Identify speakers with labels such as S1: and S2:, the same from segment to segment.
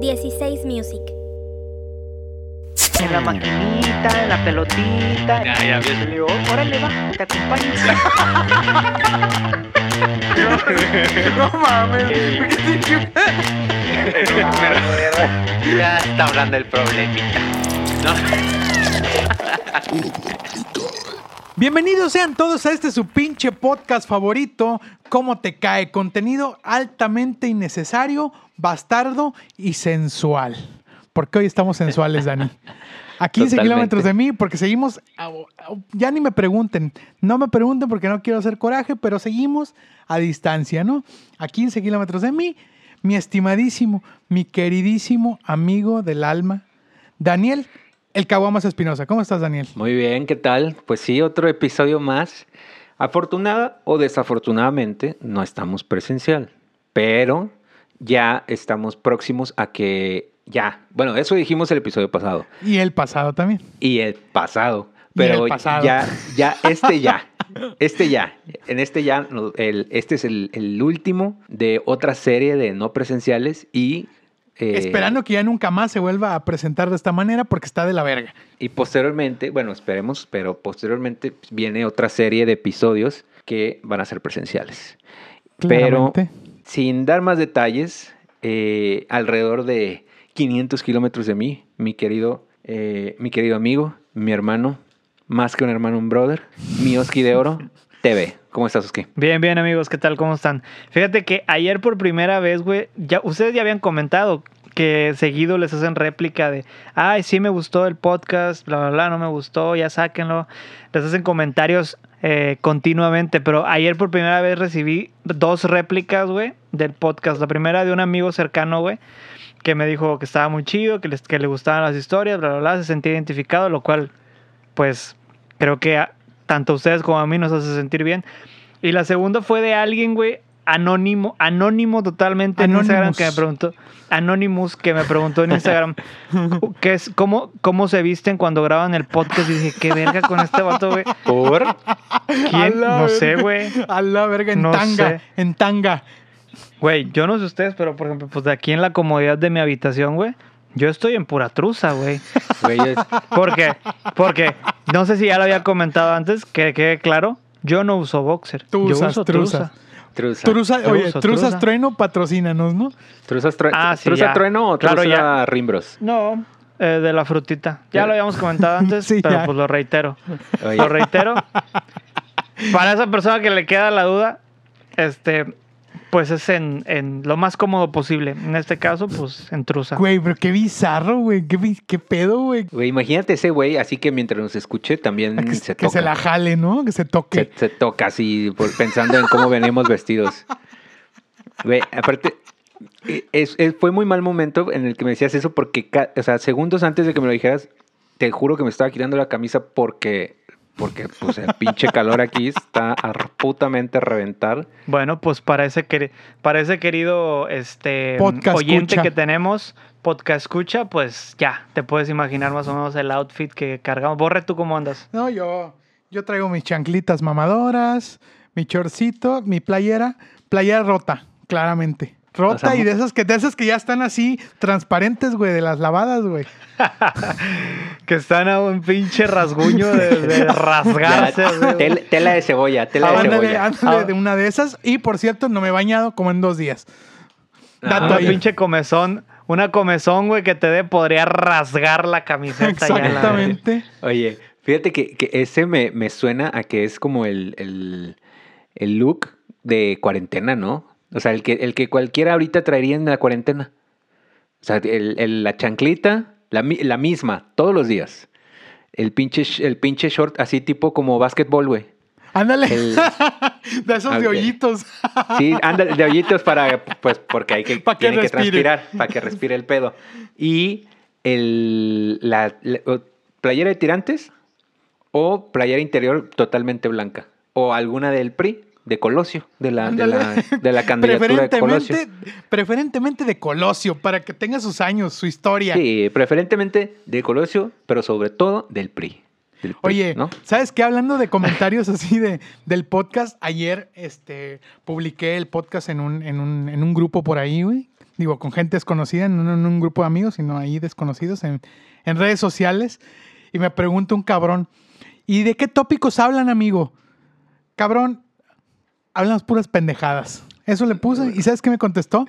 S1: 16 Music.
S2: En la maquinita, en la pelotita.
S3: Ya, ya, ves.
S2: Le digo, órale, va, te acompaño. no, no mames.
S3: Ya está hablando el problemita.
S4: Bienvenidos sean todos a este su pinche podcast favorito, ¿Cómo te cae? Contenido altamente innecesario, bastardo y sensual. Porque hoy estamos sensuales, Dani. A 15
S3: Totalmente.
S4: kilómetros de mí, porque seguimos. a- a- Ya ni me pregunten, no me pregunten porque no quiero hacer coraje, pero seguimos a distancia, ¿no? A 15 kilómetros de mí, mi estimadísimo, mi queridísimo amigo del alma, Daniel, el Caguamas Espinosa. ¿Cómo estás, Daniel?
S3: Muy bien, ¿qué tal? Pues sí, otro episodio más. Afortunada o desafortunadamente, no estamos presencial, pero ya estamos próximos a que ya. Bueno, eso dijimos el episodio pasado
S4: Y el pasado también.
S3: y el pasado,
S4: Y el
S3: pero
S4: pasado.
S3: ya, ya este ya, este ya, en este ya, no, el, este es el, el último de otra serie de no presenciales y eh,
S4: Esperando que ya nunca más se vuelva a presentar de esta manera porque está de la verga.
S3: Y posteriormente, bueno, esperemos, pero posteriormente viene otra serie de episodios que van a ser presenciales. Pero
S4: Claramente.
S3: sin dar más detalles, eh, alrededor de 500 kilómetros de mí, mi querido, eh, mi querido amigo, mi hermano, más que un hermano, un brother, mi Oski de Oro TV. ¿Cómo estás, Oski?
S5: Bien, bien amigos, ¿qué tal? ¿Cómo están? Fíjate que ayer por primera vez, güey, ya, ustedes ya habían comentado que seguido les hacen réplica de, ay, sí me gustó el podcast, bla, bla, bla, no me gustó, ya sáquenlo. Les hacen comentarios eh, continuamente, pero ayer por primera vez recibí dos réplicas, güey, del podcast. La primera de un amigo cercano, güey, que me dijo que estaba muy chido, que, les, que le gustaban las historias, bla, bla, bla, se sentía identificado, lo cual, pues, creo que a- tanto a ustedes como a mí nos hace sentir bien. Y la segunda fue de alguien, güey, anónimo, anónimo totalmente
S4: Anonymous.
S5: en Instagram que me preguntó, Anonymous que me preguntó en Instagram, que es, ¿cómo, ¿cómo se visten cuando graban el podcast? Y dije, qué verga con este vato, güey.
S3: Por
S4: A
S5: ¿Quién?
S4: la
S5: No sé,
S4: verga.
S5: güey.
S4: A la verga, en
S5: No
S4: tanga.
S5: sé.
S4: En tanga.
S5: Güey, yo no sé ustedes, pero por ejemplo, pues de aquí en la comodidad de mi habitación, güey, yo estoy en pura truza, güey. ¿Por qué? Porque, no sé si ya lo había comentado antes, que quede claro, yo no uso boxer. yo
S4: Truzas,
S5: uso
S4: truzas.
S5: truza.
S4: Truza-
S5: Truzo,
S4: oye, Truzas
S5: truza.
S4: Trueno, patrocínanos, ¿no?
S3: ¿Truzas tru-
S5: Ah, sí,
S3: truza
S5: ya.
S3: trueno o
S5: Claro,
S3: truza
S5: ya.
S3: rimbros?
S5: No, eh, de la frutita. Ya lo habíamos comentado antes,
S4: Eh, Sí,
S5: pero
S4: ya.
S5: pues lo reitero.
S3: Oye,
S5: Lo reitero. Para esa persona que le queda la duda, este, pues es en, en lo más cómodo posible. En este caso, pues en trusa.
S4: Güey, pero qué bizarro, güey. Qué, bi- qué pedo, güey.
S3: güey, imagínate ese güey, así que mientras nos escuche también
S4: Que,
S3: Mm, se
S4: que
S3: toca.
S4: se la jale, ¿no? Que se toque.
S3: se, se toca así por, pensando en cómo venimos vestidos. Güey, aparte, e, es- es- fue muy mal momento en el que me decías eso porque, ca- o sea, segundos antes de que me lo dijeras, te juro que me estaba quitando la camisa porque, porque pues el pinche calor aquí está a r- putamente reventar.
S5: Bueno, pues para ese, queri- para ese querido este,
S4: Podcast
S5: oyente
S4: escucha.
S5: que tenemos, podcast escucha, pues ya, te puedes imaginar más o menos el outfit que cargamos. Borre, ¿tú cómo andas?
S4: No, yo, yo traigo mis chanclitas mamadoras, mi chorcito, mi playera. Playera rota, claramente. Rota
S3: O sea,
S4: y de esas, que, de esas que ya están así, transparentes, güey, de las lavadas, güey.
S5: Que están a un pinche rasguño de, de
S3: Ya,
S5: rasgarse. güey.
S3: tel- tela de cebolla, tela de
S4: Ándale,
S3: cebolla.
S4: ándale
S5: Ah.
S4: de una de esas. Y por cierto, no me he bañado como en dos días. Dato
S3: Ah,
S5: Una
S4: ahí.
S5: pinche comezón, una comezón, güey, que te dé, podría rasgar la camiseta. ya, la verdad.
S4: Exactamente.
S3: Oye, fíjate que, que ese me, me suena a que es como el, el- el look de cuarentena, ¿no? O sea, el que, el que cualquiera ahorita traería en la cuarentena. O sea, el- el- la chanclita, la, mi- la misma, todos los días. El pinche, sh- el pinche short así tipo como básquetbol, güey.
S4: Ándale.
S3: El-
S4: de esos de
S3: Ok.
S4: hoyitos.
S3: Sí, anda, de hoyitos para, pues, porque hay que,
S4: Pa' que
S3: tiene que
S4: respire.
S3: transpirar, para que respire el pedo. Y el, la, la- o playera de tirantes o playera interior totalmente blanca. O alguna del PRI, de Colosio, de la, de la,
S4: Ándale.
S3: de la candidatura de Colosio.
S4: preferentemente, preferentemente de Colosio, para que tenga sus años, su historia.
S3: Sí, preferentemente de Colosio, pero sobre todo del PRI. del PRI,
S4: Oye,
S3: ¿no?
S4: ¿sabes qué? Hablando de comentarios así de, del podcast, ayer este, publiqué el podcast en un, en un, en un grupo por ahí, güey, digo, con gente desconocida, no en un grupo de amigos, sino ahí desconocidos en, en redes sociales. Y me pregunta un cabrón, ¿y de qué tópicos hablan, amigo? Cabrón, hablan puras pendejadas. Eso le puse y ¿sabes qué me contestó?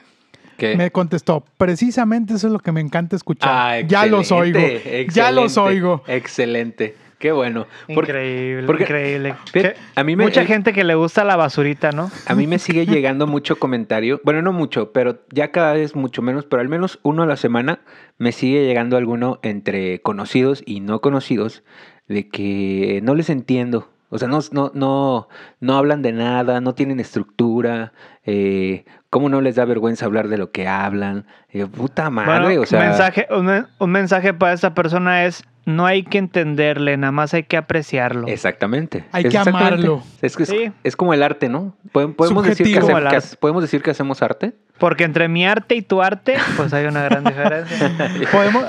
S3: ¿Qué?
S4: Me contestó, precisamente eso es lo que me encanta escuchar.
S3: Ah,
S4: ya los oigo.
S3: excelente,
S4: Ya los
S3: excelente,
S4: oigo.
S3: Excelente. Qué bueno. Porque
S5: Increíble,
S3: porque-
S5: increíble.
S3: fíjate,
S5: Que-
S3: a mí me- eh,
S5: Mucha
S3: el-
S5: gente que le gusta la basurita, ¿no?
S3: a mí me sigue llegando mucho comentario. Bueno, no mucho, pero ya cada vez mucho menos, pero al menos uno a la semana me sigue llegando alguno entre conocidos y no conocidos de que no les entiendo. O sea, no, no, no, no hablan de nada, no tienen estructura, eh, cómo no les da vergüenza hablar de lo que hablan. Eh, puta madre,
S5: Bueno,
S3: o sea.
S5: mensaje, un, men- un mensaje para esta persona es, no hay que entenderle, nada más hay que apreciarlo.
S3: Exactamente.
S4: Hay
S3: Es
S4: que
S3: exactamente.
S4: amarlo.
S3: Es, que es,
S5: Sí.
S3: es como el arte, ¿no? Podem- Podemos decir, que hace-
S4: Subjetivo.
S5: Como el
S3: que
S5: arte.
S3: ha- podemos decir que hacemos arte.
S5: Porque entre mi arte y tu arte, pues hay una gran diferencia.
S4: ¿Podemos,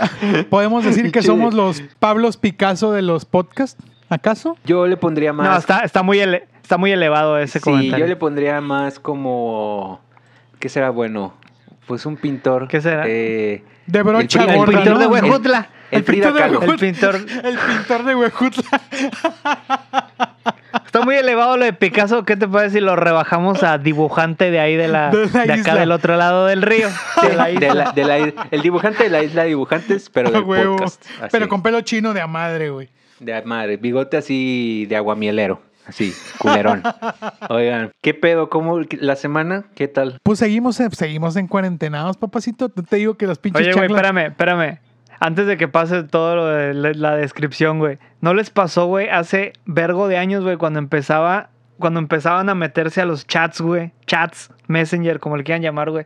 S4: podemos decir que
S3: Che.
S4: somos los Pablos Picasso de los podcasts, ¿acaso?
S3: Yo le pondría más.
S5: No, está, está, muy, ele- está muy elevado ese
S3: sí,
S5: comentario.
S3: yo le pondría más como. ¿Qué será bueno? Pues un pintor.
S5: ¿Qué será?
S3: eh,
S4: De brocha
S3: Frida-
S5: El
S4: gorda.
S5: pintor
S4: ¿no?
S5: de
S4: El-
S5: Huejutla.
S3: el Frida
S4: pintor de
S3: Kahlo.
S5: El pintor.
S4: El pintor de Huejutla.
S5: Está muy elevado lo de Picasso. ¿Qué te parece si lo rebajamos a dibujante de ahí de la,
S4: De
S5: de,
S4: la
S5: acá
S4: isla.
S5: del otro lado del río? De la
S3: de
S5: isla.
S3: la- de la- el dibujante de la isla de dibujantes, pero
S4: A
S3: del
S4: huevo.
S3: podcast. así.
S4: Pero con pelo chino de a madre, güey.
S3: De madre, bigote así de aguamielero. Así, culerón. Oigan, ¿qué pedo? ¿Cómo la semana? ¿Qué tal?
S4: Pues seguimos, eh, seguimos en cuarentenados, papacito. Te te digo que las pinches
S5: Oye, güey,
S4: chanclas-
S5: espérame, espérame. Antes de que pase todo lo de la, la descripción, güey. ¿No les pasó, güey, hace vergo de años, güey, cuando empezaba, cuando empezaban a meterse a los chats, güey? Chats, messenger, como le quieran llamar, güey.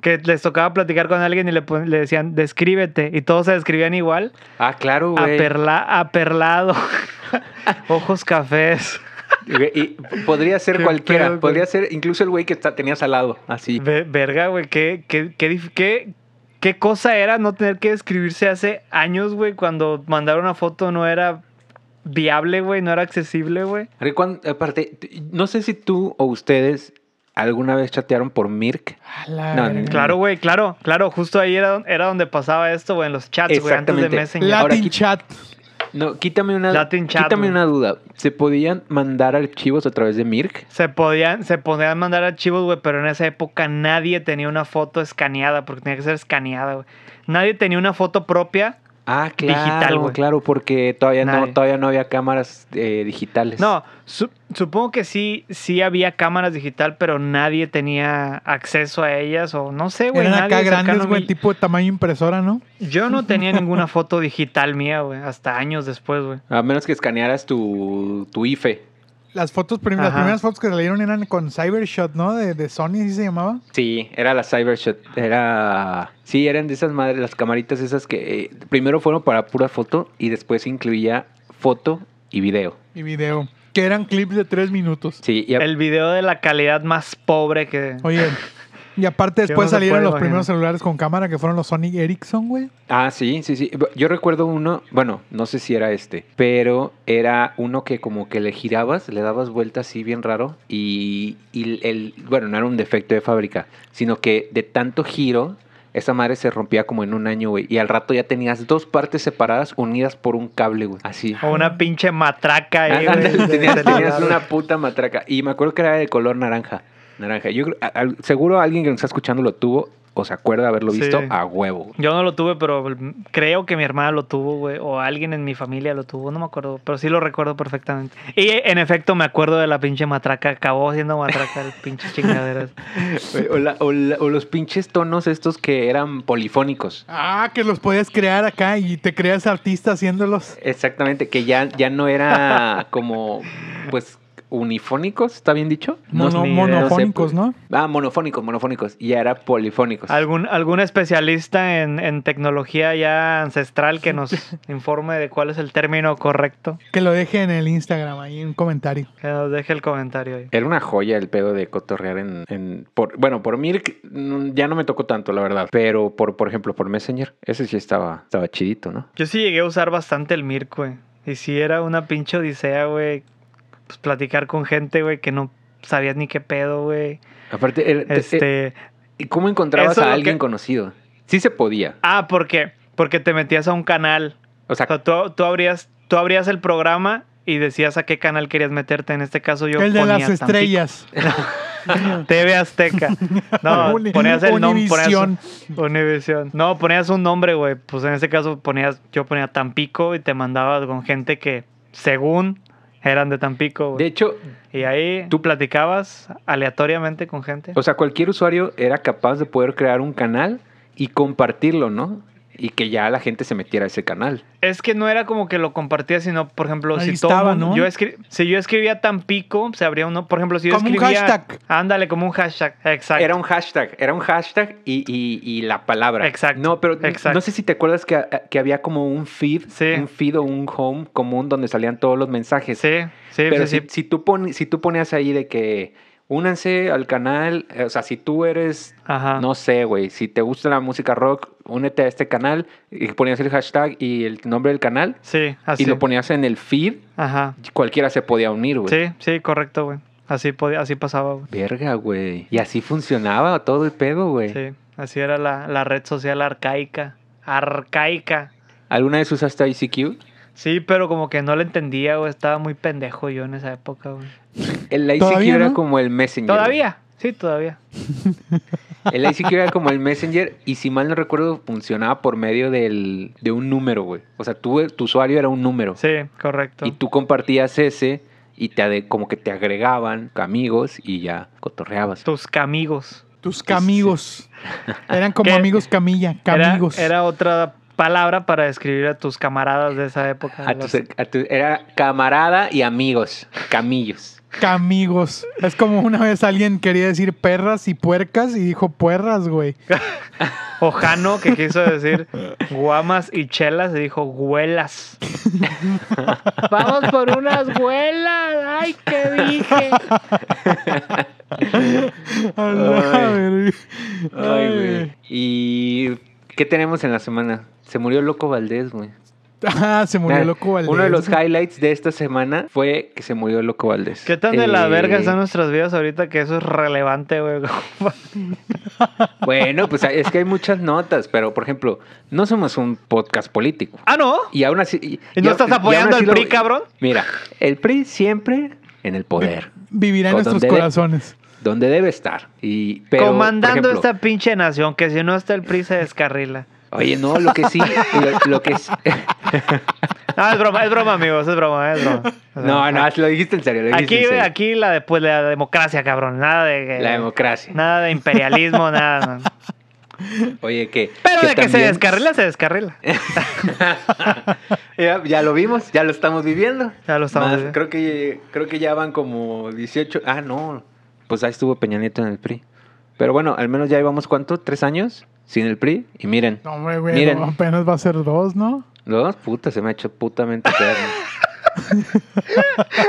S5: Que les tocaba platicar con alguien y le, pon- le decían, descríbete. Y todos se describían igual.
S3: Ah, claro, güey.
S5: Aperla, aperlado. Ojos cafés.
S3: Güey, Y podría ser
S5: Qué
S3: cualquiera,
S5: pedo, güey.
S3: podría ser incluso el güey que está- tenías al lado, así.
S5: Ve- Verga, güey, ¿qué, qué, qué, dif- qué- qué cosa era no tener que describirse hace años, güey, cuando mandar una foto no era viable, güey, no era accesible, güey.
S3: Porque cuan- aparte, t- no sé si tú o ustedes alguna vez chatearon por Mirk.
S4: A la
S3: No,
S4: verga.
S5: Claro, güey, claro, claro, justo ahí era, don- era donde pasaba esto, güey, en los chats, güey, antes de
S3: Exactamente.
S5: Messenger.
S4: Latin
S3: Ahora aquí-
S4: chat.
S3: No, quítame una,
S5: Latin chat,
S3: quítame
S5: güey.
S3: una duda. ¿Se podían mandar archivos a través de Mirk?
S5: Se podían, se podían mandar archivos, güey, pero en esa época nadie tenía una foto escaneada, porque tenía que ser escaneada, güey. Nadie tenía una foto propia
S3: Ah, claro,
S5: Digital, güey.
S3: claro, porque todavía no,
S5: Nadie.
S3: todavía no había cámaras eh, digitales.
S5: No, su- supongo que sí, sí había cámaras digital, pero nadie tenía acceso a ellas o no sé, güey.
S4: Eran
S5: nadie
S4: acá
S5: cercano
S4: grandes,
S5: a
S4: güey,
S5: mí.
S4: tipo de tamaño impresora, ¿no?
S5: Yo no tenía ninguna foto digital mía, güey, hasta años después, güey.
S3: A menos que escanearas tu, tu E. IFE.
S4: Las fotos, prim- las
S5: Ajá.
S4: primeras fotos que salieron eran con Cybershot, ¿no? De, de Sony, así se llamaba.
S3: Sí, era la Cybershot. Era. Sí, eran de esas madres, las camaritas esas que eh, primero fueron para pura foto y después incluía foto y video.
S4: Y video. Que eran clips de tres minutos.
S3: Sí, y a-
S5: El video de la calidad más pobre que...
S4: Oye, y aparte
S5: Yo
S4: después
S5: no se
S4: salieron
S5: puede
S4: los
S5: imaginar.
S4: primeros celulares con cámara que fueron los Sony Ericsson, güey.
S3: Ah, sí, sí, sí. Yo recuerdo uno, bueno, no sé si era este, pero era uno que como que le girabas, le dabas vueltas así bien raro y, y el, bueno, no era un defecto de fábrica, sino que de tanto giro, esa madre se rompía como en un año, güey. Y al rato ya tenías dos partes separadas unidas por un cable, güey. Así.
S5: O una pinche matraca ahí, Ah, güey,
S3: Ándale,
S5: de-
S3: tenías,
S5: de-
S3: tenías
S5: de-
S3: una puta matraca. Y me acuerdo que era de color naranja. Naranja. Yo creo- a- al- seguro alguien que nos está escuchando lo tuvo o se acuerda haberlo
S5: Sí.
S3: visto a huevo.
S5: Yo no lo tuve, pero creo que mi hermana lo tuvo, güey, o alguien en mi familia lo tuvo, no me acuerdo, pero sí lo recuerdo perfectamente. Y en efecto me acuerdo de la pinche matraca, acabó siendo matraca el pinche chingaderas.
S3: O, la- o la- o los pinches tonos estos que eran polifónicos.
S4: Ah, que los podías crear acá y te creas artista haciéndolos.
S3: Exactamente, que ya, ya no era como, pues, unifónicos, ¿está bien dicho?
S4: No, no,
S5: ni idea. pues.
S4: monofónicos,
S3: No
S4: ¿no?
S3: Ah, monofónicos, monofónicos. Y ya era polifónicos.
S5: ¿Algún, algún especialista en, en tecnología ya ancestral que nos informe de cuál es el término correcto?
S4: Que lo deje en el Instagram, ahí en un comentario.
S5: Que nos deje el comentario ahí.
S3: Era una joya el pedo de cotorrear en... en- por, bueno, por Mirk mm, ya no me tocó tanto, la verdad. Pero, por, por ejemplo, por Messenger, ese sí estaba, estaba chidito, ¿no?
S5: Yo sí llegué a usar bastante el Mirk, güey. Y sí era una pinche odisea, güey. Pues platicar con gente, güey, que no sabías ni qué pedo, güey.
S3: Aparte, era- te- eh,
S5: Este.
S3: ¿Y cómo encontrabas
S5: Eso es
S3: a
S5: lo
S3: alguien
S5: que-
S3: conocido? Sí se podía.
S5: Ah, ¿por qué? Porque te metías a un canal.
S3: O sea,
S5: O sea, tú, tú abrías, tú abrías el programa y decías a qué canal querías meterte. En este caso yo
S4: El de
S5: ponía
S4: las
S5: Tampico.
S4: estrellas.
S5: TV Azteca. No,
S4: Uni-
S5: ponías el nombre.
S4: Univisión.
S5: Univisión. No, ponías un nombre, güey. Pues en este caso ponías, yo ponía Tampico y te mandaba con gente que, según, eran de Tampico,
S3: de
S5: güey.
S3: hecho,
S5: Y ahí
S3: tú-
S5: tú platicabas aleatoriamente con gente.
S3: o sea, cualquier usuario era capaz de poder crear un canal y compartirlo, ¿no? Y que ya la gente se metiera a ese canal.
S5: Es que no era como que lo compartía, sino, por ejemplo,
S4: Ahí
S5: si todo
S4: estaba,
S5: mundo-
S4: ¿no?
S5: yo escri- si yo escribía Tampico, se abría uno. Por ejemplo, si yo
S4: Como un
S5: escribía.
S4: hashtag.
S5: Ándale, como un hashtag. Exacto.
S3: Era un hashtag, era un hashtag y, y- y la palabra.
S5: Exacto,
S3: No, pero n-
S5: exacto.
S3: no sé si te acuerdas que, eh, que había como un feed,
S5: Sí.
S3: un feed o un home común donde salían todos los mensajes.
S5: Sí, sí,
S3: pero
S5: sí,
S3: si,
S5: sí.
S3: si tú pon- si tú ponías ahí de que únanse al canal, eh, o sea, si tú eres,
S5: Ajá.
S3: no sé, güey, si te gusta la música rock, únete a este canal y ponías el hashtag y el nombre del canal
S5: Sí, así.
S3: y lo ponías en el feed,
S5: Ajá.
S3: cualquiera se podía unir, güey.
S5: Sí, sí, correcto, güey. Así, podía, así pasaba, güey.
S3: Verga, güey. Y así funcionaba todo el pedo, güey.
S5: Sí, así era la, la red social arcaica. Arcaica.
S3: ¿Alguna vez usaste ICQ?
S5: Sí, pero como que no lo entendía, güey. Estaba muy pendejo yo en esa época, güey.
S3: El ICQ
S4: Todavía,
S3: era
S4: ¿no?
S3: como el Messenger. güey.
S5: Todavía, sí, todavía.
S3: El ICQ era como el Messenger y si mal no recuerdo funcionaba por medio del, de un número, güey. O sea, tú- tu usuario era un número.
S5: Sí, correcto.
S3: Y tú compartías ese y te ade- como que te agregaban amigos y ya cotorreabas.
S5: Tus camigos.
S4: Tus camigos. Eran como
S5: ¿Qué?
S4: amigos camilla,
S5: Era-
S4: camigos.
S5: Era, otra palabra para describir a tus camaradas de esa época.
S3: A
S5: los-
S3: tus- a tu- era camarada y amigos, camillos.
S4: Camigos. Es como una vez alguien quería decir perras y puercas y dijo puerras, güey.
S5: O Jano, que quiso decir guamas y chelas, y dijo huelas. Vamos por unas huelas. Ay, ¿qué dije?
S4: A la
S3: Ay.
S4: verga.
S3: Ay,
S4: Ay.
S3: güey. ¿Y qué tenemos en la semana? Se murió Loco Valdés, güey.
S4: Ah, se murió
S3: Nah,
S4: loco Valdés.
S3: Uno de los highlights de esta semana fue que se murió Loco Valdés.
S5: ¿Qué tan de la
S3: Eh,
S5: verga están nuestras vidas ahorita que eso es relevante, güey?
S3: Bueno, pues es que hay muchas notas, pero por ejemplo, no somos un podcast político.
S5: ah, no.
S3: Y aún así. ¿Y,
S5: ¿Y no
S3: aún-
S5: estás
S3: y aún
S5: apoyando
S3: así
S5: al PRI, cabrón?
S3: Mira, el PRI siempre en el poder,
S4: Vivirá en
S3: Con
S4: nuestros
S3: donde de-
S4: corazones.
S3: donde debe estar. Y, pero, por
S5: Comandando
S3: ejemplo,
S5: esta pinche nación, que si no está el PRI se descarrila.
S3: Oye, no, lo que sí. lo, lo que es-
S5: No, es broma, es broma, amigos, es broma, es broma. Es
S3: no,
S5: broma.
S3: no, lo dijiste en serio. Lo dijiste
S5: Aquí,
S3: en serio.
S5: aquí la, de- pues, la democracia, cabrón. Nada de, que-
S3: La democracia.
S5: nada de imperialismo, nada. no.
S3: Oye, que.
S5: Pero de que se
S3: también- Eh.
S5: descarrila, se descarrila.
S3: ya, ya lo vimos, ya lo estamos viviendo.
S5: Ya lo estamos viviendo.
S3: Creo que, creo que ya van como 18. Ah, no. Pues ahí estuvo Peña Nieto en el PRI. Pero bueno, al menos ya llevamos cuánto, tres años sin el PRI. Y miren,
S4: No, hombre, güey.
S3: Miren.
S4: no, apenas va a ser dos, ¿no?
S3: dos putas se me ha hecho putamente eterno.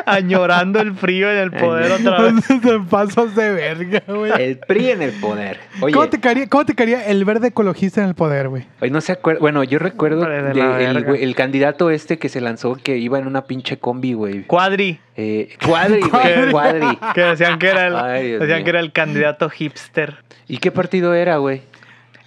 S5: Añorando el frío en el
S3: Eh,
S5: poder otra vez.
S4: Te pasas de verga, güey.
S3: el PRI en el poder. Eh, Oye,
S4: ¿Cómo te, caería, ¿Cómo te caería el verde ecologista en el poder, güey?
S3: oye, no se acuerda. Bueno, yo recuerdo
S5: Hombre, de
S3: de
S5: la
S3: el,
S5: verga.
S3: güey- el candidato este que se lanzó que iba en una pinche combi, güey.
S5: Cuadri,
S3: Eh, cuadri, güey.
S5: Cuadri.
S3: Cuadri.
S5: que decían que era el,
S3: Ay, Dios
S5: decían
S3: mío.
S5: que era el candidato hipster.
S3: ¿Y qué partido era, güey?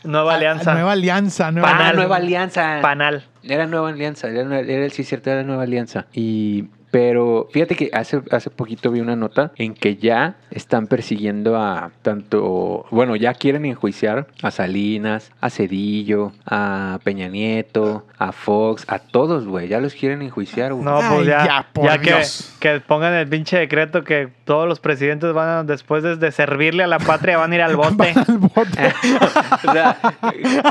S5: Nueva Alianza.
S4: Ah, Nueva Alianza, Nueva
S5: Panal.
S3: Ah, Nueva Alianza.
S5: Panal.
S3: Era Nueva Alianza, era, nue- era el sí cierto, era Nueva Alianza. Y pero fíjate que hace, hace poquito vi una nota en que ya están persiguiendo a tanto, bueno, ya quieren enjuiciar a Salinas, a Cedillo, a Peña Nieto, a Fox, a todos, güey, ya los quieren enjuiciar, güey.
S5: No,
S4: Ay,
S5: pues ya,
S4: ya, por
S5: ya que,
S4: Dios.
S5: que pongan el pinche decreto que todos los presidentes van a, después de, de servirle a la patria, van a ir al bote.
S4: Van al bote.
S3: O sea,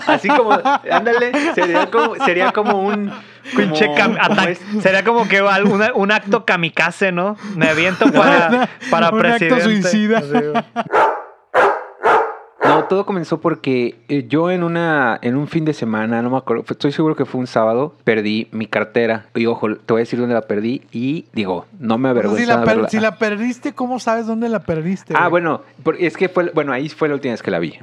S3: así como, ándale, sería como, sería como un
S5: Pinche
S3: como-
S5: cam-
S3: como
S5: ata-
S3: es-
S5: Sería como que va alguna- un acto kamikaze, ¿no? Me aviento para, Eh, para
S4: Un acto
S5: presidente.
S4: suicida.
S5: Sí, güey.
S3: No, todo comenzó porque eh, yo en una en un fin de semana, no me acuerdo, fue- estoy seguro que fue un sábado, perdí mi cartera. Y ojo, te voy a decir dónde la perdí y digo, no me
S4: Pero
S3: avergüenza
S4: si, la per-
S3: haberla-
S4: si la perdiste, ¿cómo sabes dónde la perdiste?
S3: Ah,
S4: güey?
S3: bueno, por- es que fue bueno, ahí fue la última vez que la vi.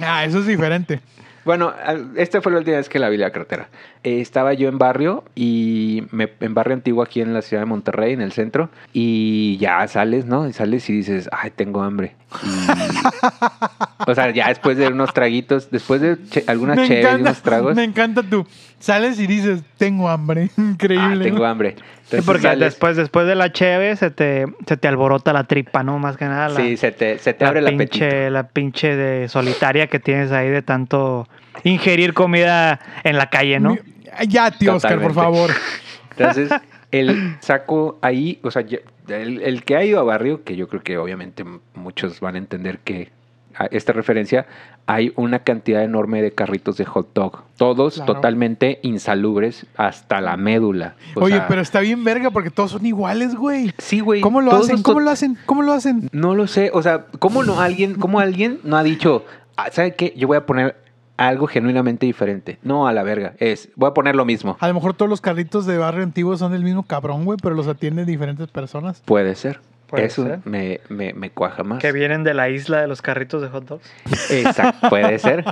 S4: Ah, eso es diferente.
S3: Bueno, al- esta fue la última vez que la vi la cartera. Eh, estaba yo en barrio y me, en barrio antiguo aquí en la ciudad de Monterrey, en el centro, y ya sales, ¿no? Y sales y dices, ay, tengo hambre. Y- o sea, ya después de unos traguitos, después de che- alguna
S4: me,
S3: chévere y
S4: encanta,
S3: unos tragos,
S4: me encanta tú. Sales y dices, tengo hambre.
S3: ah,
S4: Increíble.
S3: tengo
S4: ¿no?
S3: hambre.
S5: Sí,
S3: Entonces
S5: porque
S3: sales-
S5: después, después de la cheve se te, se te alborota la tripa, ¿no? Más que nada la,
S3: sí, se te, se te abre la apetito.
S5: pinche, la pinche de solitaria que tienes ahí de tanto ingerir comida en la calle, ¿no?
S4: Mi- Ya, tío Oscar, por
S3: Totalmente.
S4: favor.
S3: Entonces, el saco ahí, o sea, ya- el, el que ha ido a barrio, que yo creo que obviamente m- muchos van a entender que a esta referencia, hay una cantidad enorme de carritos de hot dog, todos
S4: Claro.
S3: totalmente insalubres hasta la médula. O
S4: Oye,
S3: sea,
S4: pero está bien verga porque todos son iguales, güey.
S3: sí, güey.
S4: ¿Cómo lo
S3: todos
S4: hacen?
S3: son
S4: ¿Cómo
S3: to-
S4: lo hacen? ¿Cómo lo hacen?
S3: No lo sé, o sea, ¿cómo no alguien, cómo alguien no ha dicho, "Ah, ¿sabe qué? Yo voy a poner algo genuinamente diferente. No, a la verga, es, voy a poner lo mismo.
S4: A lo mejor todos los carritos de barrio antiguo son del mismo cabrón, güey, pero los atienden diferentes personas.
S3: Puede ser.
S5: Puede
S3: Eso
S5: ser.
S3: Me, me, me cuaja más.
S5: Que vienen de la isla de los carritos de hot dogs.
S3: Exacto, puede ser.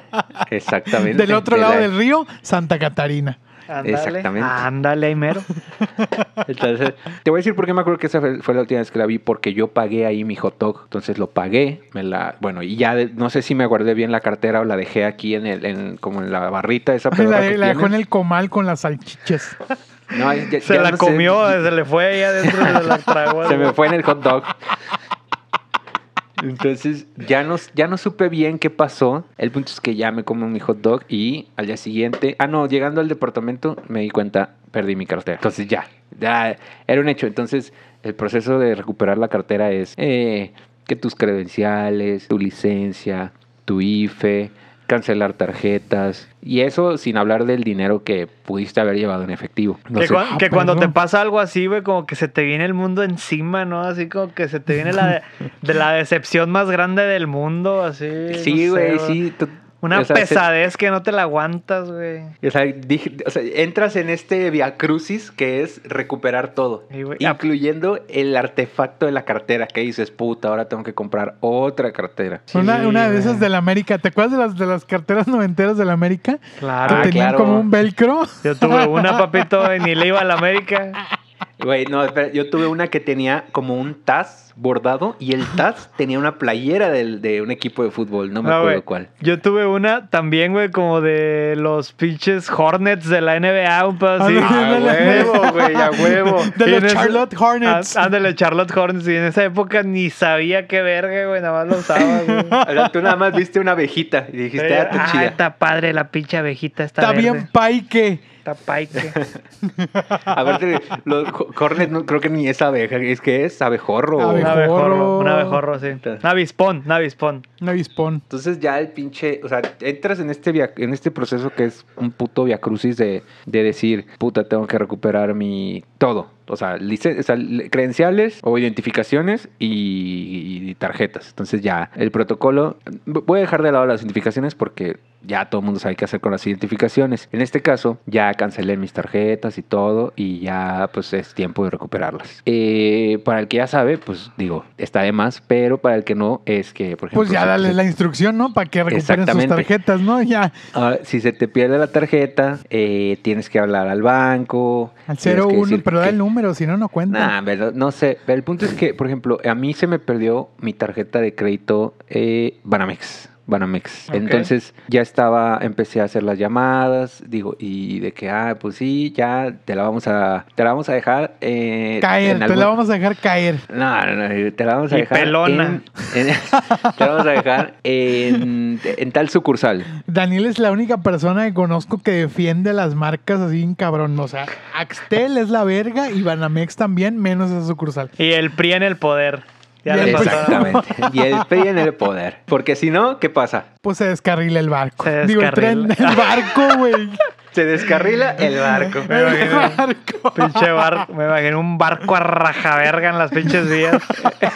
S3: Exactamente.
S4: Del otro
S3: De
S4: lado
S3: la-
S4: del río, Santa Catarina.
S5: Ándale,
S3: Exactamente.
S5: Ándale, ahí mero.
S3: Entonces, te voy a decir por qué me acuerdo que esa fue fue la última vez que la vi, porque yo pagué ahí mi hot dog. Entonces lo pagué, me la, bueno, y ya de- no sé si me guardé bien la cartera o la dejé aquí en el, en, como en Ah, la barrita esa
S4: La,
S3: pedorra que
S4: la dejó en
S3: tiene.
S4: el comal con las salchichas.
S3: No, ya-
S5: Se
S3: ya
S5: la
S3: no sé.
S5: comió, se le fue ella dentro de la tragó.
S3: Se me fue en el hot dog. Entonces ya no, ya no supe bien qué pasó. El punto es que ya me como mi hot dog y al día siguiente, ah no, llegando al departamento me di cuenta, perdí mi cartera. Entonces ya, ya era un hecho. Entonces el proceso de recuperar la cartera es eh, que tus credenciales, tu licencia, tu IFE, cancelar tarjetas y eso sin hablar del dinero que pudiste haber llevado en efectivo. No
S5: que
S3: sé.
S5: cuan-
S4: Ah,
S5: que cuando te
S4: perdón.
S5: pasa algo así, güey, como que se te viene el mundo encima, ¿no? Así como que se te viene la, de, de la decepción más grande del mundo, así.
S3: Sí,
S5: no sé,
S3: güey, sí. tú-
S5: Una
S3: o sea, se-
S5: pesadez que no te la aguantas, güey.
S3: O sea, dije- o sea, entras en este via crucis que es recuperar todo,
S5: Sí, güey. ah,
S3: incluyendo el artefacto de la cartera que dices, puta, ahora tengo que comprar otra cartera.
S5: Sí,
S4: una, una de esas
S5: güey.
S4: de la América. ¿Te acuerdas de las, de las carteras noventeras de la América?
S5: Claro.
S3: Ah,
S4: que tenían
S3: claro.
S4: como un velcro.
S5: Yo tuve una, papito, y ni le iba a la América.
S3: Güey, no, espera, yo tuve una que tenía como un taz bordado y el taz tenía una playera del- de, un equipo de fútbol, no me
S5: No,
S3: acuerdo
S5: güey.
S3: cuál.
S5: Yo tuve una también, güey, como de los pinches Hornets de la NBA, un pedo así.
S4: Ah,
S3: A huevo, güey, a huevo.
S4: De
S5: Y en
S4: los
S5: ese-
S4: Charlotte Hornets.
S5: Ah, Ándale, Charlotte Hornets. Y en esa época ni sabía qué verga, güey, nada más lo usaba, güey.
S3: O sea, tú nada más viste una abejita y dijiste, ah,
S5: Ah,
S3: está chida.
S5: está padre la pinche abejita, está,
S4: Está
S5: verde,
S4: bien paique.
S5: Está paique.
S3: Aparte, los cornet no creo que ni es abeja, es que es abejorro. güey.
S5: Un
S4: Abejorro.
S5: abejorro, un abejorro, sí. Un avispón, un avispón.
S4: Un avispón.
S3: Entonces ya el pinche, o sea, entras en este via- en este proceso que es un puto viacrucis de, de decir, puta, tengo que recuperar mi todo. O sea, licen- o sea, le- credenciales o identificaciones y, y tarjetas. Entonces ya el protocolo, voy a dejar de lado las identificaciones porque ya todo el mundo sabe qué hacer con las identificaciones. En este caso, ya cancelé mis tarjetas y todo y ya pues es tiempo de recuperarlas. Eh, para el que ya sabe, pues digo, está de más, pero para el que no es que, por ejemplo...
S4: Pues ya
S3: si-
S4: dale la instrucción, ¿no? Para que recuperen sus
S3: Exactamente.
S4: tarjetas, ¿no? Ya.
S3: Ahora, Ah, si se te pierde la tarjeta, eh, tienes que hablar al banco.
S4: Al
S3: tienes que
S4: 01,
S3: decir
S4: pero da
S3: que-
S4: el número, si no, no cuenta.
S3: Nah, pero no sé. Pero el punto es que, por ejemplo, a mí se me perdió mi tarjeta de crédito eh, Banamex. Banamex.
S5: Ok.
S3: Entonces ya estaba, empecé a hacer las llamadas, digo, y de que, ah, pues sí, ya te la vamos a, te la vamos a dejar eh,
S4: caer, te
S3: algún-
S4: la vamos a dejar caer.
S3: no, no, no, te la vamos a
S5: Y
S3: dejar.
S5: pelona.
S3: en- en- te la vamos a dejar en- en tal sucursal.
S4: Daniel es la única persona que conozco que defiende las marcas así en cabrón. O sea, Axtel es la verga y Banamex también, menos esa sucursal.
S5: Y el PRI en el poder. Ya
S4: Bien,
S5: le
S4: pues.
S5: pasaron.
S3: Exactamente. Y el PRI en el poder. Porque si no, ¿qué pasa?
S4: Pues se descarrila el barco.
S5: Se
S4: Digo, el tren,
S5: descarrila.
S4: el barco, güey.
S3: Se descarrila el barco.
S5: Me
S4: el
S5: imagino,
S4: barco.
S5: pinche barco, me imagino un barco a rajaverga en las pinches vías.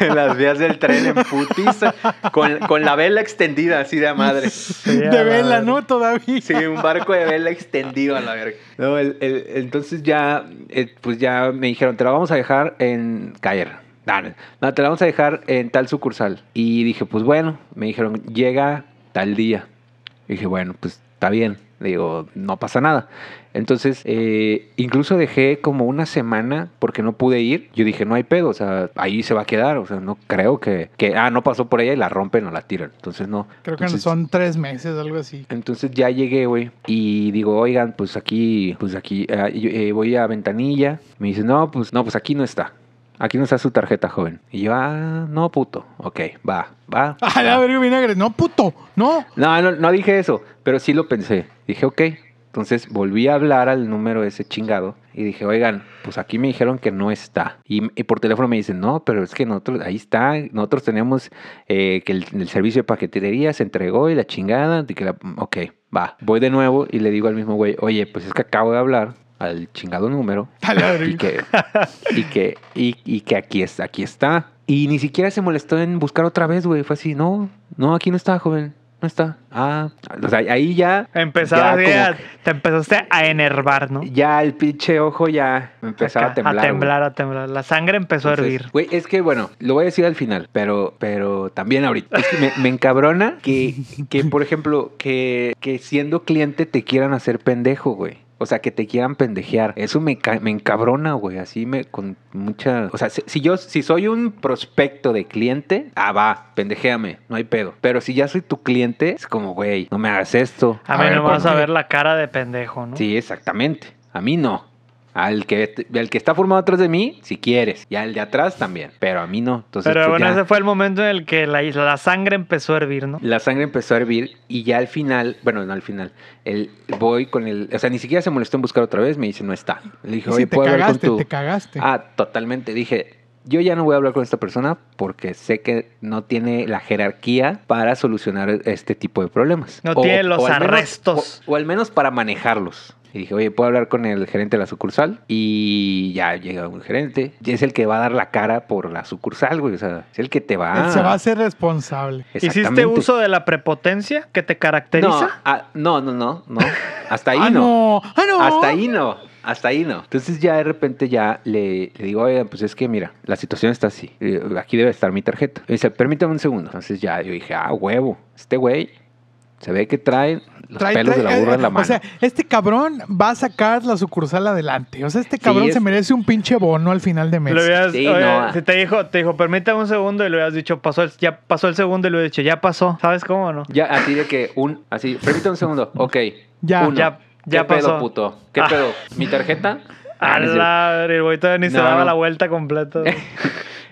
S3: En las vías del tren en putiza. Con, con la vela extendida, así de a madre.
S5: Sí, a la
S4: De vela,
S5: verga.
S4: ¿no? Todavía.
S3: Sí, un barco de vela extendido a la verga. No, el- el- entonces ya, eh, pues ya me dijeron, te la vamos a dejar en caer. No, no, no, te la vamos a dejar en tal sucursal. Y dije, pues bueno, me dijeron, llega tal día. dije, bueno, pues está bien. Digo, no pasa nada. Entonces, eh, incluso dejé como una semana porque no pude ir. Yo dije, no hay pedo, o sea, ahí se va a quedar. O sea, no creo que, que ah, no pasó por ella y la rompen o la tiran. Entonces, no.
S4: Creo que
S3: Entonces-
S4: son tres meses, algo así.
S3: entonces ya llegué, güey, y digo, oigan, pues aquí, pues aquí, eh, yo, eh, voy a Ventanilla. Me dice, no, pues no, pues aquí no está. Aquí no está su tarjeta, joven. Y yo, ah, no, puto. Ok, va, va.
S4: A Ah, la
S3: va".
S4: verga, vinagre. No, puto. No.
S3: No, no, no dije eso, pero sí lo pensé. Dije, ok. Entonces volví a hablar al número ese chingado y dije, oigan, pues aquí me dijeron que no está. Y, y por teléfono me dicen, no, pero es que nosotros, ahí está, nosotros tenemos eh, que el, el servicio de paquetería se entregó y la chingada, de que la, ok, va. Voy de nuevo y le digo al mismo güey, oye, pues es que acabo de hablar al chingado número
S4: A la verga.
S3: y que, y que, y, y que aquí está, aquí está. Y ni siquiera se molestó en buscar otra vez, güey. Fue así, no, no, aquí no está, joven. No está. Ah, o sea, ahí ya.
S5: Empezaba
S3: ya
S5: así
S3: como
S5: a- te empezaste a enervar, ¿no?
S3: que- Ya el pinche ojo ya empezaba
S5: Acá,
S3: a temblar.
S5: A
S3: güey.
S5: temblar, a temblar. La sangre empezó
S3: Entonces,
S5: a hervir.
S3: Güey, es que bueno, lo voy a decir al final, pero, pero también ahorita. Es que me, me encabrona que, que, por ejemplo, que, que siendo cliente te quieran hacer pendejo, güey. O sea, que te quieran pendejear. Eso me, ca- me encabrona, güey. Así me con mucha. O sea, si, si yo si soy un prospecto de cliente, ah, va, pendejéame, no hay pedo. Pero si ya soy tu cliente, es como, güey, no me hagas esto.
S5: A
S4: a
S5: mí
S4: ver,
S5: no me vas a
S4: ponme.
S5: ver la cara de pendejo, ¿no?
S3: Sí, exactamente. A mí no. Al que, al que está formado atrás de mí, si quieres. Y al de atrás también. Pero a mí no. Entonces,
S5: Pero
S3: pues,
S5: bueno,
S3: ya
S5: ese fue el momento en el que la, isla- la sangre empezó a hervir, ¿no?
S3: la sangre empezó a hervir y ya al final, bueno, no al final, el, voy con el... O sea, ni siquiera se molestó en buscar otra vez. Me dice, no está. Le dije,
S4: Y
S3: oye,
S4: si te
S3: ¿puedo hablar con
S4: cagaste,
S3: tu...?
S4: te cagaste.
S3: Ah, totalmente. Dije, yo ya no voy a hablar con esta persona porque sé que no tiene la jerarquía para solucionar este tipo de problemas.
S5: No tiene los
S3: al menos-
S5: arrestos.
S3: o, o al menos para manejarlos. Y dije, oye, puedo hablar con el gerente de la sucursal. Y ya llega un gerente. Y es el que va a dar la cara por la sucursal, güey. O sea, es el que te va
S4: Él se va a hacer responsable.
S5: ¿Hiciste
S3: Exactamente.
S5: uso de la prepotencia que te
S3: No,
S5: caracteriza?
S3: ah, no, no, no, no. Hasta ahí
S4: ah,
S3: no.
S4: no. Ah, no.
S3: Hasta ahí no, hasta ahí no. Entonces ya de repente ya le, le digo, oiga, pues es que mira, la situación está así. Eh, Aquí debe estar mi tarjeta. Y dice, permítame un segundo. Entonces ya yo dije, ah, huevo, este güey se ve que trae los
S4: Trae-
S3: pelos
S4: trae-
S3: de la burra en la mano.
S4: O sea, este cabrón va a sacar la sucursal adelante. O sea, este cabrón
S3: es-
S4: se merece un pinche bono al final de mes.
S5: Le hubieras-
S3: Sí,
S5: oye,
S3: no. ah.
S5: Si te dijo, te dijo, permítame un segundo y le hubieras dicho, pasó el, ya pasó el segundo y le hubieras dicho, ya pasó. ¿Sabes cómo no?
S3: ya así de que un, así, permítame un segundo. Ok,
S4: Ya.
S3: uno.
S5: Ya- ya
S3: ¿Qué pedo,
S5: pasó.
S3: puto? ¿Qué
S5: Ah.
S3: pedo? ¿Mi tarjeta?
S5: A
S3: Ah, no es cierto.
S5: la verga, el güey todavía ni se
S3: No,
S5: daba
S3: no.
S5: la vuelta completa.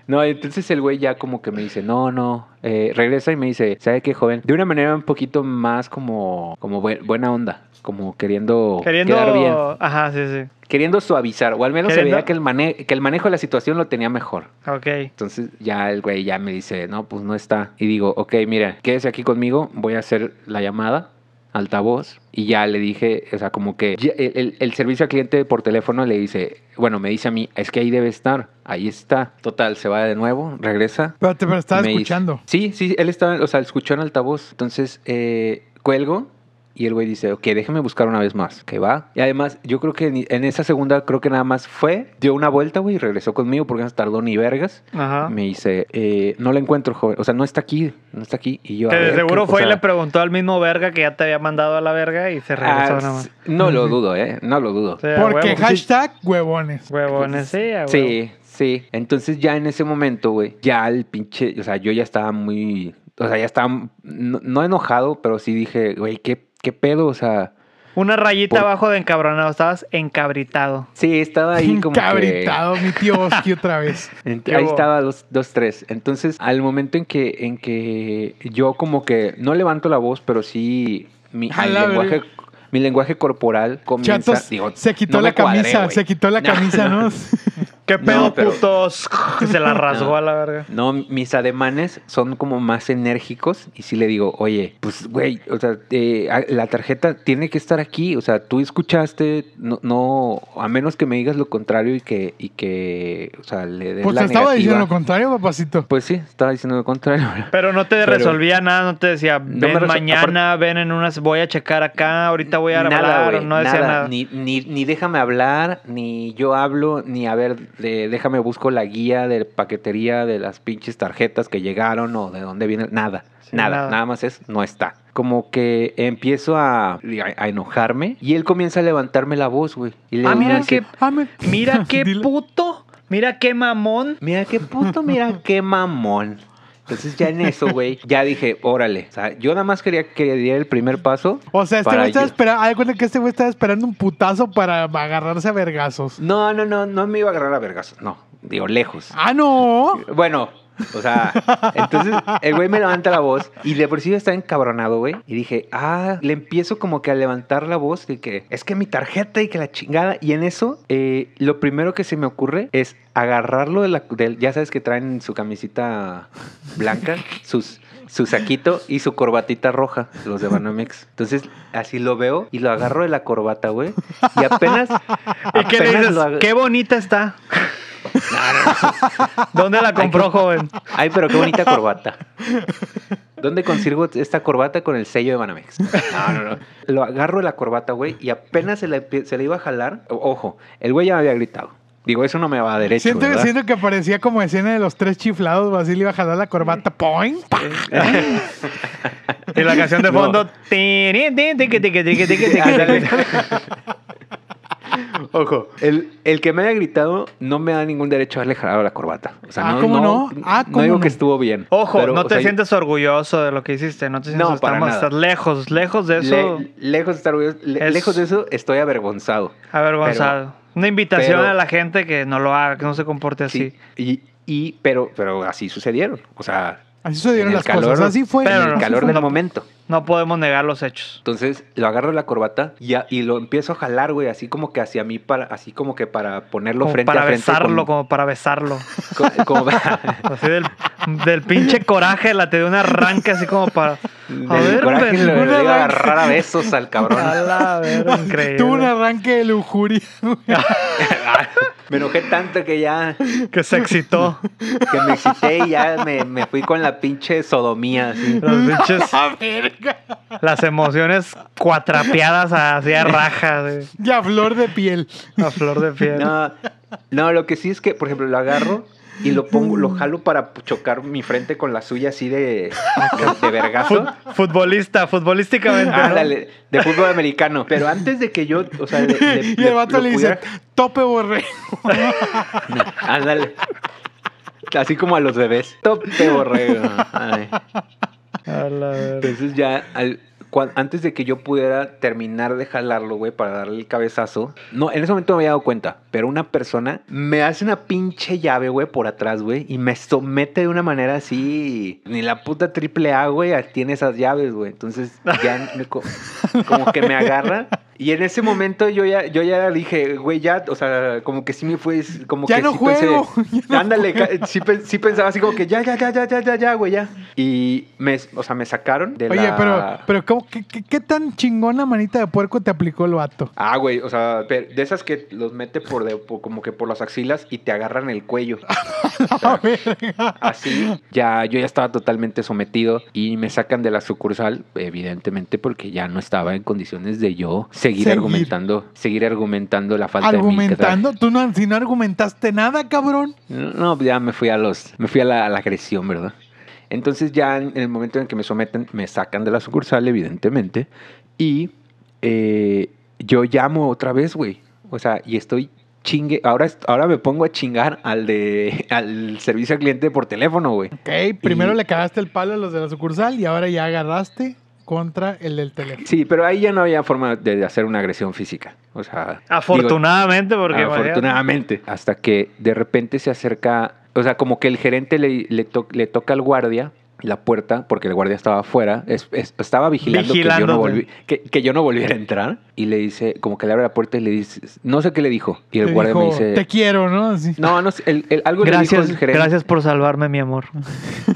S3: No, entonces el güey ya como que me dice, no, no, eh, regresa y me dice, ¿sabe qué, joven? De una manera un poquito más como, como bu- buena onda, como queriendo, quedar bien,
S5: Queriendo. Ajá, sí, sí.
S3: queriendo suavizar, o al menos se
S5: Queriendo-
S3: veía que el, mane- que el manejo de la situación lo tenía mejor.
S5: Ok.
S3: Entonces ya el güey ya me dice, no, pues no está. Y digo, ok, mira, quédese aquí conmigo, voy a hacer la llamada, altavoz. Y ya le dije, o sea, como que ya- el, el- el servicio al cliente por teléfono le dice, bueno, me dice a mí, es que ahí debe estar, ahí está. Total, se va de nuevo, regresa.
S4: Pero te pero estaba
S3: Me dice-
S4: escuchando.
S3: sí, sí, él estaba, o sea, escuchó en altavoz. Entonces, eh, cuelgo y el güey dice, ok, déjeme buscar una vez más. Que va. Y además, yo creo que ni- en esa segunda, creo que nada más fue, dio una vuelta, güey, y regresó conmigo porque no se tardó ni vergas.
S5: Ajá.
S3: Me dice, eh, no la encuentro, joven. O sea, no está aquí, no está aquí. Y yo, a
S5: Que de
S3: ver,
S5: seguro
S3: ¿qué- o
S5: fue y
S3: sea,
S5: le preguntó al mismo verga que ya te había mandado a la verga y se regresó
S3: ah,
S5: nada más.
S3: s- No lo dudo, ¿eh? No lo dudo.
S5: Sí, a
S4: Porque
S5: huevo.
S4: hashtag huevones.
S5: Huevones, sí, a huevo.
S3: Sí, sí. Entonces ya en ese momento, güey, ya el pinche, o sea, yo ya estaba muy, o sea, ya estaba, no, no enojado, pero sí dije, güey, ¿qué, qué pedo? O sea,
S5: Una rayita
S3: Por-
S5: abajo de encabronado, estabas encabritado.
S3: sí, estaba ahí como
S4: Cabritado, mi tío Oski otra vez.
S3: que... Ent-
S5: ¿Qué
S3: ahí
S5: hubo?
S3: estaba dos, dos, tres. Entonces, al momento en que, en que yo como que no levanto la voz, pero sí mi,
S4: A
S3: mi
S4: la
S3: lenguaje...
S4: verga.
S3: Mi lenguaje corporal comienza...
S4: Chatos,
S3: digo,
S4: se quitó
S3: no me
S4: la camisa,
S3: cuadré, güey.
S4: se quitó la
S3: No,
S4: camisa, ¿no?
S5: ¿Qué
S3: No,
S5: pedo,
S3: pero-
S5: putos? Que se la rasgó a la verga.
S3: No, mis ademanes son como más enérgicos y si le digo, oye, pues güey, o sea, eh, a- la tarjeta tiene que estar aquí, o sea, tú escuchaste, no, no a menos que me digas lo contrario y que, y que o sea, le des
S4: Pues
S3: la
S4: te estaba
S3: negativa.
S4: diciendo lo contrario, papacito.
S3: Pues sí, estaba diciendo lo contrario.
S5: Pero no te
S3: Pero-
S5: resolvía nada, no te decía, ven
S3: me resol-
S5: mañana, ven en unas, voy a checar acá, ahorita voy a hablar,
S3: güey,
S5: no decía nada.
S3: Ni, ni, ni déjame hablar, ni yo hablo, ni a ver, de déjame busco la guía de paquetería de las pinches tarjetas que llegaron o de dónde vienen. Nada,
S5: Sí,
S3: nada,
S5: nada.
S3: nada, más es no está. Como que empiezo a, a- a enojarme y él comienza a levantarme la voz, güey. Y le
S5: Ah,
S3: le
S5: mira
S3: dice,
S5: qué- Mira qué
S4: Dile.
S5: puto, mira qué mamón.
S3: Mira qué puto, mira qué mamón. Entonces ya en eso, güey, ya dije, órale. O sea, yo nada más quería que diera el primer paso.
S4: O sea, este
S3: para
S4: güey estaba
S3: yo-
S4: esperando. Haz de cuenta que este güey estaba esperando un putazo para agarrarse a vergazos.
S3: No, no, no, no me iba a agarrar a vergas. No, digo, lejos.
S4: ¡Ah, no!
S3: Bueno, o sea, entonces el güey me levanta la voz y de por sí yo estaba encabronado, güey. Y dije, ah, le empiezo como que a levantar la voz y que es que mi tarjeta y que la chingada. Y en eso, eh, lo primero que se me ocurre es agarrarlo de la. del- ya sabes que traen su camisita blanca, sus. Su saquito y su corbatita roja, los de Banamex. Entonces, así lo veo y lo agarro de la corbata, güey. Y apenas.
S5: ¿Y qué le
S3: apenas
S5: dices?
S3: lo ag-
S5: Qué bonita está. ¿Dónde la compró, joven?
S3: Ay, pero qué bonita corbata. ¿Dónde consigo esta corbata con el sello de Banamex? No, no, no. Lo agarro de la corbata, güey, y apenas se la, empie- se la iba a jalar. o- Ojo, el güey ya me había gritado. Digo, eso no me va a derecho,
S4: Siento,
S3: ¿verdad?
S4: siento que parecía como escena de los tres chiflados. Basilio iba a jalar la corbata. ¡Poing!
S5: Y la canción de
S3: No.
S5: fondo. tirin, tin, tiqui, tiqui, tiqui, tiqui, tiqui,
S3: Ándale.
S5: tiqui.
S3: Ojo, el, el que me haya gritado no me da ningún derecho a haberle jalado la corbata. O sea,
S4: Ah,
S3: no,
S4: ¿cómo
S3: no,
S4: no? Ah, ¿cómo
S3: no digo
S4: no?
S3: que estuvo bien.
S5: Ojo,
S3: pero,
S5: no
S3: o
S5: te
S3: sea,
S5: sientes orgulloso de lo que hiciste, no te sientes
S3: No, para
S5: estamos-
S3: nada.
S5: estás lejos, lejos de eso,
S3: le- lejos, de estar orgulloso- le-
S5: Es-
S3: lejos de eso, estoy avergonzado.
S5: avergonzado. Una invitación
S3: pero-
S5: a la gente que no lo haga, que no se comporte así.
S3: Sí. Y, y, pero, pero así sucedieron. O sea,
S4: Así se
S3: En
S4: dieron
S3: el
S4: las
S3: calor,
S4: cosas. Así fue.
S5: Pero
S3: en
S5: no,
S3: el calor
S5: sí,
S3: del
S5: no.
S3: momento.
S5: No podemos negar los hechos.
S3: Entonces lo agarro de la corbata y, a- y lo empiezo a jalar, güey, así como que hacia mí, para, así como que para ponerlo
S5: Como
S3: frente
S5: para
S3: a frente.
S5: besarlo,
S3: con-
S5: como para besarlo.
S3: co- como para-
S5: Así del, del pinche coraje, la te dio una arranque así como para.
S3: del
S5: A ver,
S3: coraje
S5: ven,
S3: lo-
S5: una
S3: le iba a
S5: danza.
S3: agarrar a besos al cabrón.
S5: A la verga, increíble.
S4: Tuvo un arranque de lujuria. güey.
S3: Me enojé tanto que ya
S5: Que se excitó.
S3: que me excité y ya me, me fui con la pinche sodomía. así.
S5: Los pinches,
S4: ¡Ah, verga!
S5: las emociones cuatrapeadas hacia raja, güey,
S4: Ya flor de piel.
S5: a flor de piel.
S3: No, no, lo que sí es que, por ejemplo, lo agarro y lo pongo, lo jalo para chocar mi frente con la suya así de, de, de vergazo.
S5: Futbolista, futbolísticamente. ¿no?
S3: Ándale, de fútbol americano. Pero antes de que yo, o sea, le- le-
S4: Y el vato
S3: lo
S4: le dice:
S3: pudiera-
S4: Tope borré.
S3: Ándale. Así como a los bebés. Tope borrego. Ay.
S5: A la verga.
S3: Entonces ya, al- cuan- antes de que yo pudiera terminar de jalarlo, güey, para darle el cabezazo. No, en ese momento no me había dado cuenta. Pero una persona me hace una pinche llave, güey, por atrás, güey. Y me somete de una manera así. Ni la puta triple A, güey, a- tiene esas llaves, güey. Entonces ya me co- como que me agarra. Y en ese momento yo ya, yo ya dije, güey, ya, o sea, como que sí me fue, como
S4: Ya
S3: que
S4: no
S3: sí
S4: juego,
S3: pensé, ándale, ca- sí, pe- sí pensaba así como que ya, ya, ya, ya, ya, ya, ya, güey, ya. Y me, o sea, me sacaron de
S4: Oye,
S3: la...
S4: pero, pero ¿cómo- qué, qué- qué tan chingona manita de puerco te aplicó el vato?
S3: Ah, güey, o sea, pero de esas que los mete por, de- por- como que por las axilas y te agarran el cuello. O sea,
S4: A ver.
S3: así, ya yo ya estaba totalmente sometido y me sacan de la sucursal, evidentemente porque ya no estaba en condiciones de yo seguir,
S4: Seguir.
S3: argumentando, seguir argumentando la falta
S4: Argumentando. Tú no, si no argumentaste nada, cabrón.
S3: de mi No, ya me fui a los, me fui a la, a la agresión, ¿verdad? Entonces ya en en el momento en que me someten, me sacan de la sucursal, evidentemente, y eh, yo llamo otra vez, güey. O sea, y estoy chingue, ahora, est- ahora me pongo a chingar al de al servicio al cliente por teléfono, güey.
S4: Ok, primero
S3: Y-
S4: le cagaste el palo a los de la sucursal y ahora ya agarraste contra el del teléfono.
S3: Sí, pero ahí ya no había forma de hacer una agresión física. O sea,
S5: Afortunadamente, porque.
S3: digo, afortunadamente. Hasta que de repente se acerca, o sea, como que el gerente le, le, to- le toca al guardia la puerta, porque el guardia estaba afuera, es- es- estaba vigilando, que, yo no
S5: Vigilándote.
S3: volvi- que, que yo no volviera a entrar, y le dice, como que le abre la puerta y le dice, no sé qué le dijo, y el
S4: Te
S3: guardia me
S4: dijo,
S3: dice...
S4: Te quiero, ¿no? Así.
S3: No, no, sé, el- el- algo le dijo
S5: Gracias,
S3: el gerente.
S5: gracias por salvarme, mi amor.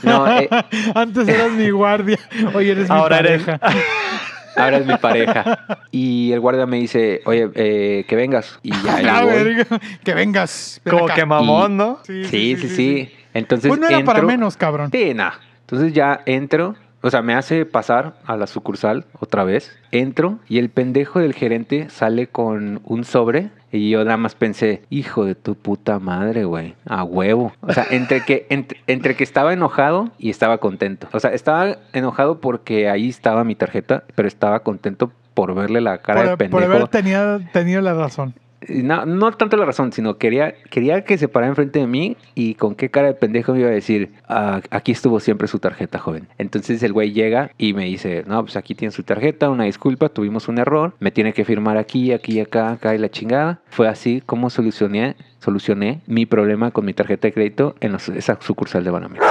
S3: No, eh,
S4: Antes eras mi guardia. Hoy eres
S5: Ahora
S4: mi
S5: eres-
S4: pareja.
S3: ahora es mi pareja. Y el guardia me dice, oye, eh, que vengas. Y ya,
S4: La
S3: yo voy.
S4: verga. Que vengas. ven
S5: Como
S4: acá.
S5: que mamón, ¿no?
S3: Sí, sí, sí. Entonces
S4: Pues no era para
S3: entro-
S4: menos, cabrón.
S3: Sí, nah. Entonces ya entro. O sea, me hace pasar a la sucursal otra vez. Entro y el pendejo del gerente sale con un sobre. Y yo nada más pensé, hijo de tu puta madre, güey, a huevo. O sea, entre que, ent- entre que estaba enojado y estaba contento. O sea, estaba enojado porque ahí estaba mi tarjeta, pero estaba contento por verle la cara de
S4: Por, por
S3: pendejo.
S4: haber tenido, tenido la razón.
S3: No, no tanto la razón, sino quería, quería que se parara enfrente de mí y con qué cara de pendejo me iba a decir, "Ah, aquí estuvo siempre su tarjeta, joven. Entonces el güey llega y me dice, no, pues aquí tiene su tarjeta, una disculpa, tuvimos un error, me tiene que firmar aquí, aquí, acá, acá y la chingada. Fue así como solucioné, solucioné mi problema con mi tarjeta de crédito en la su- esa sucursal de Banamex.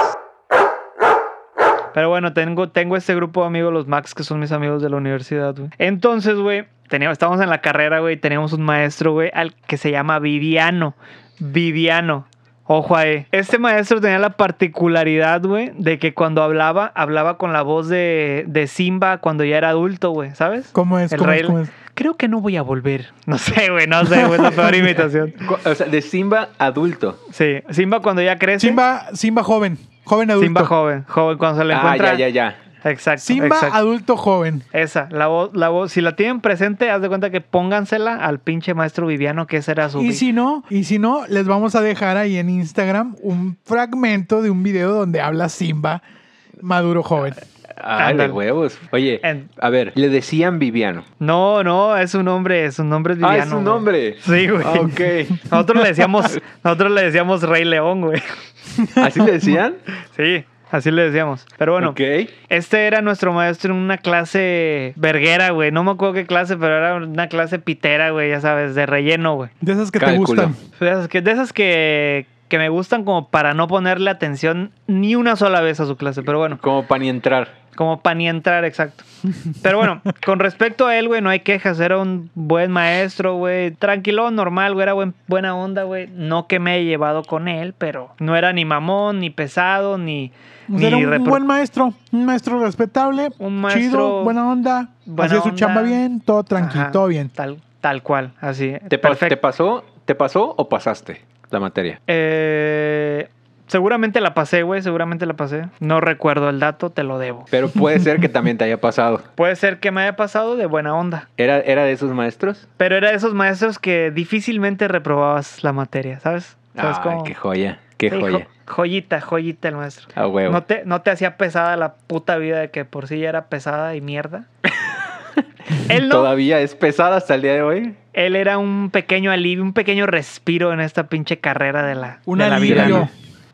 S5: Pero bueno, tengo, tengo este grupo de amigos, los Max, que son mis amigos de la universidad, güey. Entonces, güey, teníamos, estábamos en la carrera, güey, teníamos un maestro, güey, al que se llama Viviano. Viviano. Ojo ahí. Este maestro tenía la particularidad, güey, de que cuando hablaba, hablaba con la voz de, de Simba cuando ya era adulto, güey, ¿sabes?
S4: ¿Cómo es?
S5: El
S4: ¿Cómo
S5: rey-
S4: es? ¿Cómo es?
S5: Creo que no voy a volver. No sé, güey, no sé, güey, es la peor imitación.
S3: O sea, de Simba adulto.
S5: Sí, Simba cuando ya crece.
S4: Simba, Simba joven, joven adulto.
S5: Simba joven, joven, cuando se le
S3: Ah,
S5: encuentra.
S3: ya, ya, ya.
S5: Exacto.
S4: Simba
S5: exacto.
S4: adulto joven.
S5: Esa, la voz, la voz, si la tienen presente, haz de cuenta que póngansela al pinche maestro Viviano, que ese era su...
S4: Y
S5: vi-
S4: si no, y si no, les vamos a dejar ahí en Instagram un fragmento de un video donde habla Simba maduro joven.
S3: Ah, de
S5: Ándale.
S3: huevos. Oye,
S5: En-
S3: a ver, le decían Viviano.
S5: No, no, es un nombre, su nombre es Viviano.
S3: ah, es un
S5: güey.
S3: nombre.
S5: Sí, güey.
S3: Ah, ok.
S5: Nosotros le decíamos, nosotros le decíamos Rey León, güey.
S3: ¿Así le decían?
S5: Sí, así le decíamos. Pero bueno,
S3: Ok.
S5: este era nuestro maestro en una clase verguera, güey. No me acuerdo qué clase, pero era una clase pitera, güey, ya sabes, de relleno, güey.
S4: De esas que
S3: Cálculo.
S4: te gustan.
S5: De esas que, de esas que, que me gustan como para no ponerle atención ni una sola vez a su clase. Pero bueno,
S3: Como para ni entrar.
S5: como para ni entrar, exacto. Pero bueno, con respecto a él, güey, no hay quejas. Era un buen maestro, güey. Tranquilo, normal, güey. Era buen- buena onda, güey. No que me he llevado con él, pero no era ni mamón, ni pesado, ni...
S4: O
S5: ni
S4: sea, Pues era un
S5: repro-
S4: buen maestro, un maestro respetable,
S5: Un maestro-
S4: chido, buena onda,
S5: buena
S4: hacía su
S5: onda.
S4: chamba bien, todo tranquilo,
S5: Ajá,
S4: todo bien.
S5: Tal, tal cual, así.
S3: ¿Te, pa-
S5: perfecto.
S3: te pasó, ¿Te pasó o pasaste la materia?
S5: Eh, seguramente la pasé, güey. Seguramente la pasé. No recuerdo el dato, te lo debo.
S3: Pero puede ser que también te haya pasado.
S5: Puede ser que me haya pasado de buena onda.
S3: ¿Era, era de esos maestros?
S5: Pero era de esos maestros que difícilmente reprobabas la materia, ¿sabes? ¿Sabes
S3: Ay,
S5: cómo?
S3: qué joya, qué
S5: Sí, jo-
S3: joya.
S5: joyita, joyita el maestro.
S3: A huevo.
S5: No te, no te hacía pesada la puta vida de que por sí ya era pesada y mierda. él no,
S3: Todavía es pesada hasta el día de hoy.
S5: él era un pequeño alivio, un pequeño respiro en esta pinche carrera de la,
S4: Un
S5: de la vida.
S4: alivio.
S5: ¿no?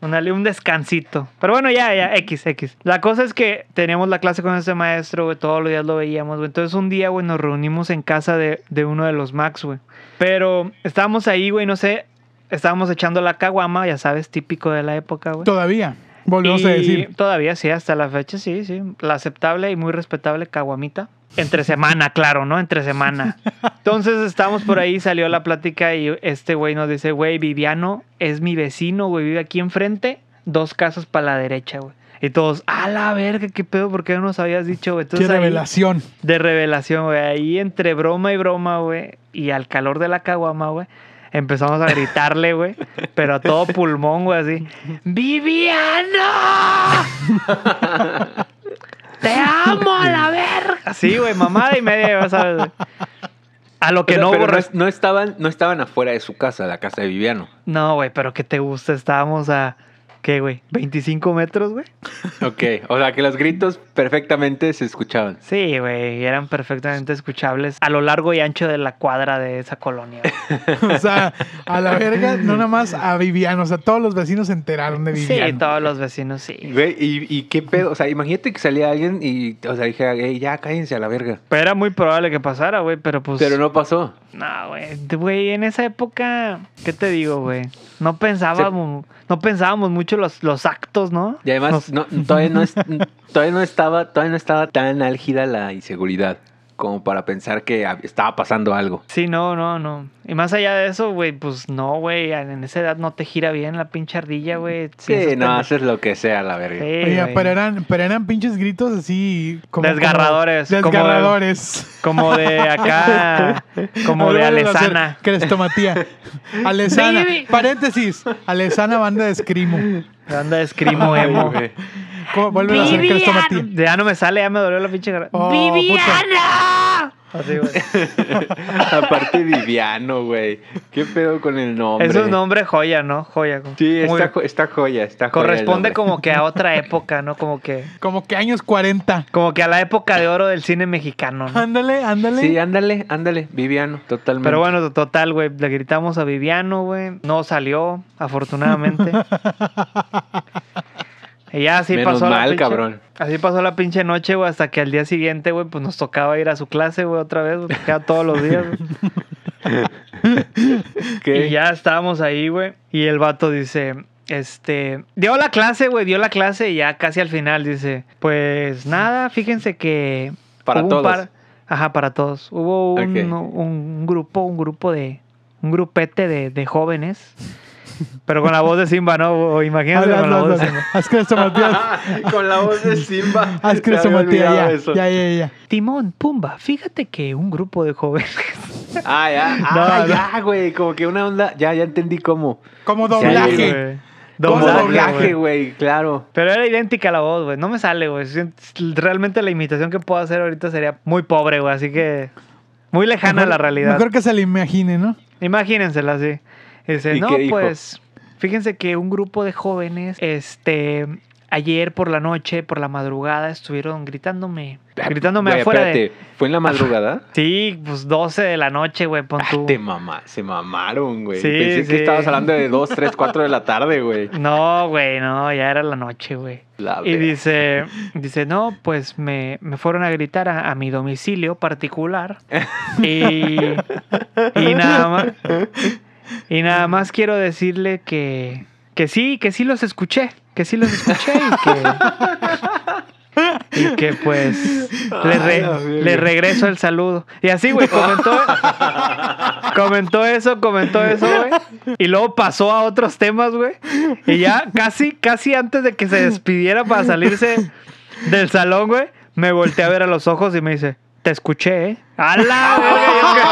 S5: Un ali- un descansito. Pero bueno, ya, ya, X, X. La cosa es que teníamos la clase con este maestro, güey, todos los días lo veíamos, güey. Entonces un día, güey, nos reunimos en casa de, de uno de los Max, güey. Pero estábamos ahí, güey, no sé, estábamos echando la caguama, ya sabes, típico de la época, güey.
S4: Todavía, volvemos a
S5: Y
S4: decir.
S5: Todavía sí, hasta la fecha sí, sí. La aceptable y muy respetable caguamita. Entre semana, claro, ¿no? Entre semana. Entonces estamos por ahí, salió la plática y este güey nos dice, güey, Viviano es mi vecino, güey, vive aquí enfrente, dos casas para la derecha, güey. Y todos, a la verga, qué pedo, ¿por qué no nos habías dicho, güey?
S4: Qué
S5: Entonces, ahí-
S4: revelación.
S5: de revelación, güey. Ahí entre broma y broma, güey. Y al calor de la caguama, güey. Empezamos a gritarle, güey. Pero a todo pulmón, güey, así. ¡Viviano! ¡Te amo a la verga! Así, güey, mamada y media, ya ¿sabes? güey. A lo que
S3: Pero-
S5: no
S3: pero
S5: hubo
S3: no,
S5: res-
S3: es- no estaban, no estaban afuera de su casa, la casa de Viviano.
S5: No, güey, pero que te gusta. Estábamos a. ¿Qué, güey? ¿25 metros, güey?
S3: Ok, o sea que los gritos perfectamente se escuchaban.
S5: Sí, güey, eran perfectamente escuchables a lo largo y ancho de la cuadra de esa colonia. güey.
S4: O sea, a la verga, no nada más a Viviano, o sea, todos los vecinos se enteraron de Viviano.
S5: Sí, todos los vecinos, sí.
S3: Güey, y, y qué pedo, o sea, imagínate que salía alguien y, o sea, dijera, "Ey, ya cállense a la verga.
S5: Pero era muy probable que pasara, güey, pero pues...
S3: Pero no pasó.
S5: No, güey. de- Güey, en esa época, ¿qué te digo, güey? No pensábamos, no pensábamos mucho los, los actos, ¿no?
S3: Y además,
S5: Nos-
S3: no, todavía, no es- todavía, no estaba, todavía no estaba tan álgida la inseguridad como para pensar que hab- estaba pasando algo.
S5: Sí, no, no, no. Y más allá de eso, güey, pues no, güey. En esa edad no te gira bien la pinche ardilla, güey.
S3: Sí,
S5: Piensas
S3: no,
S5: pende-
S3: haces lo que sea, la
S5: Sí,
S3: verga.
S4: Oye,
S5: güey.
S4: pero eran, pero eran pinches gritos así como
S5: Desgarradores,
S4: como-
S5: como de-
S4: desgarradores.
S5: Como de acá, como de
S4: Volvemos a hacer
S5: Alesana.
S4: Crestomatía. Alesana.
S5: Baby.
S4: Paréntesis. Alesana banda de escrimo.
S5: Banda de escrimo
S3: Ay,
S5: emo.
S3: güey.
S4: ¿Cómo vuelven a hacer que eres tomatilla?
S5: Ya no me sale, ya me dolió la pinche garganta.
S4: Oh,
S5: ¡Viviana! Así, güey.
S3: Aparte Viviano, güey. ¿Qué pedo con el nombre?
S5: Es un nombre joya, ¿no? Joya. como-
S3: Sí,
S5: muy-
S3: está, jo- está joya, está joya el
S5: Corresponde
S3: nombre.
S5: como que a otra época, ¿no? Como que,
S4: Como que años 40.
S5: como que a la época de oro del cine mexicano, ¿no?
S4: Ándale, ándale.
S3: Sí, ándale, ándale, Viviano, totalmente.
S5: ¿eh? Pero bueno, total, güey. Le gritamos a Viviano, güey. No salió, afortunadamente. y ya así
S3: Menos
S5: pasó la
S3: mal,
S5: pinche,
S3: cabrón.
S5: Así pasó la pinche noche, güey, hasta que al día siguiente, güey, pues nos tocaba ir a su clase, güey, otra vez, güey, porque era todos los días, güey.
S3: ¿Qué?
S5: Y ya estábamos ahí, güey. Y el vato dice, este, dio la clase, güey, dio la clase y ya casi al final dice, pues nada, fíjense que...
S3: Para
S5: hubo un
S3: todos.
S5: Ajá, para todos. Hubo un,
S3: Ok.
S5: un grupo, un grupo de... Un grupete de, de jóvenes. Pero con la voz de Simba, ¿no? Imagínate
S4: Hazle,
S5: con la
S4: hazle,
S5: voz de
S4: hazle.
S5: Simba.
S4: Haz que eres tomatilla.
S3: Ah, Con la voz de Simba.
S5: Ah,
S4: Haz que eres
S3: Se me había
S4: tomatilla.
S3: olvidado
S4: Ya,
S3: eso.
S4: ya, ya, ya.
S5: Timón, Pumba, fíjate que un grupo de jóvenes...
S3: Ah, ya, ah, ya, güey, como que una onda, ya, ya entendí cómo.
S4: Como
S3: Sí,
S5: Sí,
S4: doblaje.
S5: güey.
S4: Como
S3: Como
S5: Doblaje, güey.
S3: doblaje, güey, claro.
S5: Pero era idéntica la voz, güey. No me sale, güey. Siento- Realmente la imitación que puedo hacer ahorita sería muy pobre, güey. Así que muy lejana a la realidad.
S4: Mejor que se le imagine, ¿no?
S5: Imagínensela así. Dice,
S3: ¿Y
S5: no,
S3: qué dijo?
S5: pues, fíjense que un grupo de jóvenes, este, ayer por la noche, por la madrugada, estuvieron gritándome, Ah, gritándome
S3: Ah, Güey,
S5: afuera de... Ah,
S3: espérate, ¿Fue en la madrugada?
S5: Sí, pues 12 de la noche, güey, pon
S3: Ah,
S5: tú.
S3: te mamá, se mamaron, güey.
S5: Sí,
S3: Pensé
S5: sí.
S3: que estabas hablando de 2, 3, 4 de la tarde, güey.
S5: No, güey, no, ya era la noche, güey.
S3: La
S5: Y
S3: verga.
S5: dice, dice, no, pues me, me fueron a gritar a, a mi domicilio particular. Y, y nada más. Y nada más quiero decirle que, que sí, que sí los escuché. Que sí los escuché y que. Y que pues le, re-
S3: Ay, la verga.
S5: le regreso el saludo. Y así, güey, comentó, comentó eso, comentó eso, güey. Y luego pasó a otros temas, güey. Y ya casi, casi antes de que se despidiera para salirse del salón, güey, me volteé a ver a los ojos y me dice, te escuché, ¿eh? ¡Hala,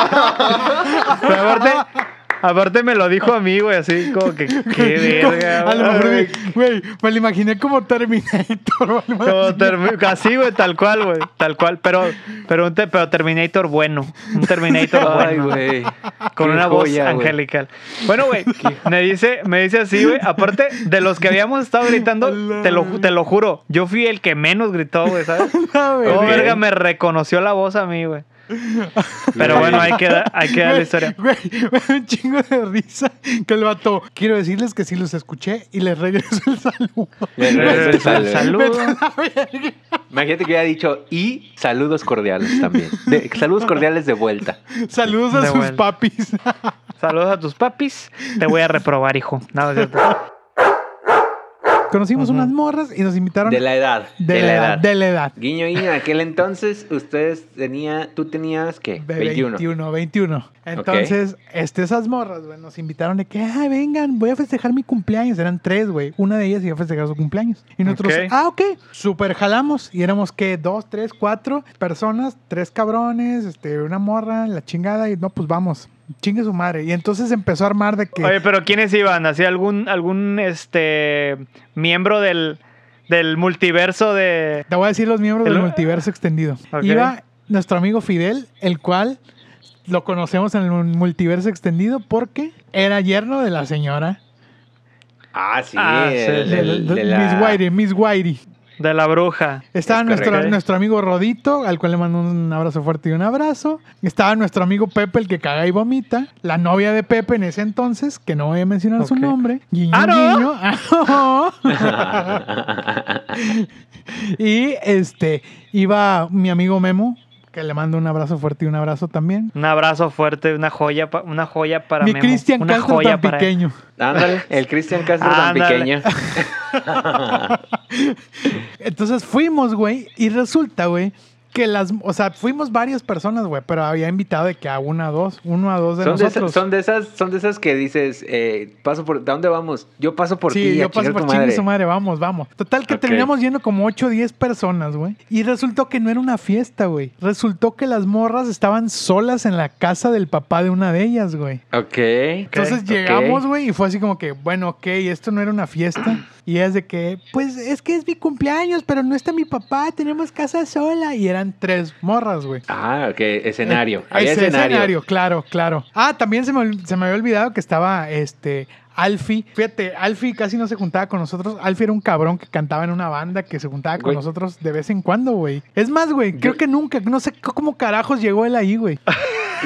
S5: güey! Pero aparte, aparte me lo dijo a mí, güey, así como que, qué verga,
S4: A lo
S5: güey".
S4: mejor, me- güey, me lo imaginé como Terminator. o algo
S5: Como
S4: así.
S5: termi- así, güey, tal cual, güey, tal cual. Pero, pero, un te- pero Terminator bueno, un Terminator bueno.
S3: Ay, güey.
S5: Con
S3: Qué
S5: una
S3: joya,
S5: voz
S3: güey.
S5: angelical. Bueno, güey, me dice, me dice así, güey. Aparte de los que habíamos estado gritando, te lo, ju- te lo juro, yo fui el que menos gritó, güey, ¿sabes?
S4: Ah, güey.
S5: Cómo
S3: Ok.
S5: verga me reconoció la voz a mí, güey. Pero
S3: Sí.
S5: bueno, hay que, da- hay que dar la historia.
S4: Güey, güey, un chingo de risa que el vato. Quiero decirles que sí los escuché y les regreso el saludo.
S3: Le regreso el saludo.
S5: Saludos.
S3: Imagínate que hubiera dicho y saludos cordiales también. De- saludos cordiales de vuelta.
S4: Saludos a
S5: De
S4: sus
S5: vuelta.
S4: papis.
S5: Saludos a tus papis. Te voy a reprobar, hijo. No, no es cierto.
S4: Conocimos
S5: Ujú.
S4: unas morras y nos invitaron.
S3: De la edad.
S4: de la edad, De la edad.
S3: Guiño, guiño, en aquel entonces ustedes tenía, tú tenías que
S4: De
S3: 21.
S4: 21, 21. Entonces, este, esas morras, güey, nos invitaron de que, ah, vengan, voy a festejar mi cumpleaños. Eran tres, güey. Una de ellas iba a festejar su cumpleaños. Y nosotros,
S5: Ok.
S4: ah, ok, super jalamos. Y éramos, que Dos, tres, cuatro personas, tres cabrones, este, una morra, la chingada. Y no, pues vamos, chingue su madre. Y entonces empezó a armar de que...
S5: Oye, pero ¿quiénes iban? ¿Hacía algún, algún este miembro del, del multiverso de.
S4: Te voy a decir los miembros
S5: El-
S4: del multiverso extendido.
S5: Ok.
S4: Iba nuestro amigo Fidel, el cual lo conocemos en el multiverso extendido porque era yerno de la señora.
S3: Ah, sí.
S5: Ah, sí,
S3: el-
S5: sí.
S4: de-
S3: el-
S4: de-
S3: de la-
S4: Miss Whitey, Miss Whitey.
S5: de la bruja?
S4: Estaba
S3: Es
S4: nuestro,
S5: correcto.
S4: nuestro amigo Rodito, al cual le mando un abrazo fuerte y un abrazo. Estaba nuestro amigo Pepe, el que caga y vomita. La novia de Pepe en ese entonces, que no voy a mencionar su
S5: Ok.
S4: nombre. Guiño,
S5: Ah, ¿no?
S4: guiño. Ah, no. y este, iba mi amigo Memo, que le mando un abrazo fuerte y un abrazo también.
S5: Un abrazo fuerte, una joya, pa- una joya para
S4: mi
S5: Memo,
S4: Cristian
S5: una
S4: Castro
S5: joya
S4: tan
S5: para-
S4: pequeño.
S3: Ándale, el Cristian Castro tan
S5: Ándale.
S3: pequeño.
S4: Entonces fuimos, güey, y resulta, güey, que las, o sea, fuimos varias personas, güey, pero había invitado de que a una, dos, uno a dos de
S3: Son de,
S4: nosotros.
S3: esas, son, de esas, son de esas que dices, eh, paso por, ¿de dónde vamos? Yo paso por
S4: sí,
S3: ti, a
S4: yo paso
S3: chingar
S4: por
S3: tu
S4: chingue
S3: madre.
S4: su madre, vamos, vamos. Total que
S3: Ok.
S4: terminamos yendo como 8 o 10 personas, güey. Y resultó que no era una fiesta, güey. Resultó que las morras estaban solas en la casa del papá de una de ellas, güey.
S3: Ok.
S5: Ok,
S4: Entonces
S3: ok.
S4: llegamos, güey, y fue así como que, bueno, ok, esto no era una fiesta. Y es de que, pues es que es mi cumpleaños, pero no está mi papá, tenemos casa sola. Y eran tres morras, güey.
S3: Ah, ok, escenario. Había
S4: Eh, Ese
S3: escenario.
S4: claro, claro. Ah, también se me, ol- se me había olvidado que estaba este Alfie. Fíjate, Alfie casi no se juntaba con nosotros. Alfie era un cabrón que cantaba en una banda que se juntaba con
S3: Güey.
S4: nosotros de vez en cuando, güey. Es más, güey, creo
S3: Yo-
S4: que nunca, no sé c- cómo carajos llegó él ahí, güey.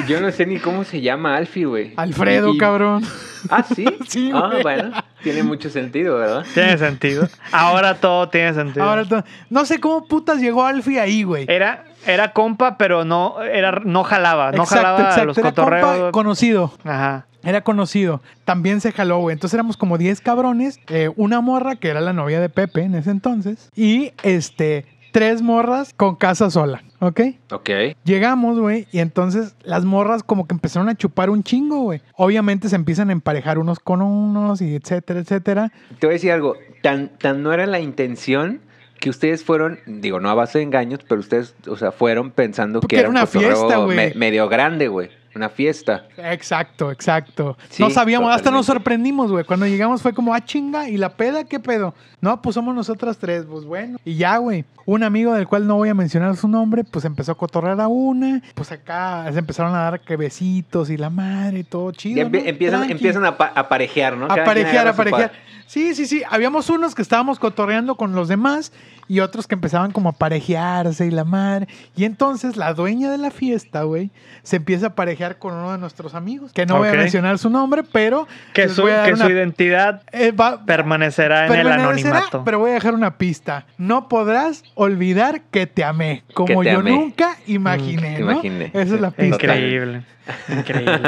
S3: Yo no sé ni cómo se llama Alfie, güey.
S4: Alfredo,
S3: Y-
S4: cabrón.
S3: Ah, sí.
S4: Sí,
S3: Ah,
S4: güey.
S3: bueno. Tiene mucho sentido, ¿verdad?
S5: Tiene sentido. Ahora todo tiene sentido.
S4: Ahora, to- no sé cómo putas llegó Alfie ahí, güey.
S3: Eh,
S5: Era, era compa, pero no, era, no jalaba. No jalaba a los
S4: Era compa
S5: cotorreos.
S4: conocido.
S5: Ajá.
S4: Era conocido. También se jaló, güey. Entonces éramos como 10 cabrones. eh, una morra, que era la novia de Pepe en ese entonces. Y este, tres morras con casa sola. ¿Ok?
S3: Ok.
S4: Llegamos, güey, y entonces las morras como que empezaron a chupar un chingo, güey. Obviamente se empiezan a emparejar unos con unos y etcétera, etcétera.
S3: Te voy a decir algo. Tan, tan no era la intención que ustedes fueron, digo, no a base de engaños, pero ustedes, o sea, fueron pensando
S4: Porque
S3: que era
S4: era
S3: un
S4: una
S3: cotorreo
S4: fiesta, güey.
S3: medio grande, güey. Una fiesta.
S4: Exacto, exacto.
S3: Sí,
S4: no sabíamos, hasta nos
S3: totalmente.
S4: sorprendimos, güey. Cuando llegamos fue como, ah, chinga, ¿y la peda qué pedo? No, pues somos nosotras tres, pues bueno. Y ya, güey. Un amigo del cual no voy a mencionar su nombre, pues empezó a cotorrear a una. Pues acá se empezaron a dar que besitos y la madre, todo chido.
S3: Ya empie-
S4: ¿no?
S3: empiezan,
S4: Tranqui.
S3: empiezan a, pa- a parejear, ¿no? Cada quien
S4: Aparejear,
S3: agarra su
S4: aparejear.
S3: par.
S4: Sí, sí, sí. Habíamos unos que estábamos cotorreando con los demás y otros que empezaban como a parejearse y la madre. Y entonces la dueña de la fiesta, güey, se empieza a parejear con uno de nuestros amigos. Que no voy a
S5: Ok.
S4: mencionar su nombre, pero.
S5: Que
S4: les
S5: su,
S4: voy a dar
S5: que
S4: una-
S5: su identidad
S4: eh, va-
S5: permanecerá en el
S4: permanecerá,
S5: anonimato.
S4: Pero voy a dejar una pista. No podrás olvidar que te amé, como
S3: te
S4: yo
S3: amé.
S4: nunca imaginé.
S3: Mm,
S4: ¿no?
S3: imaginé.
S4: Esa es la pista.
S5: Increíble. Increíble.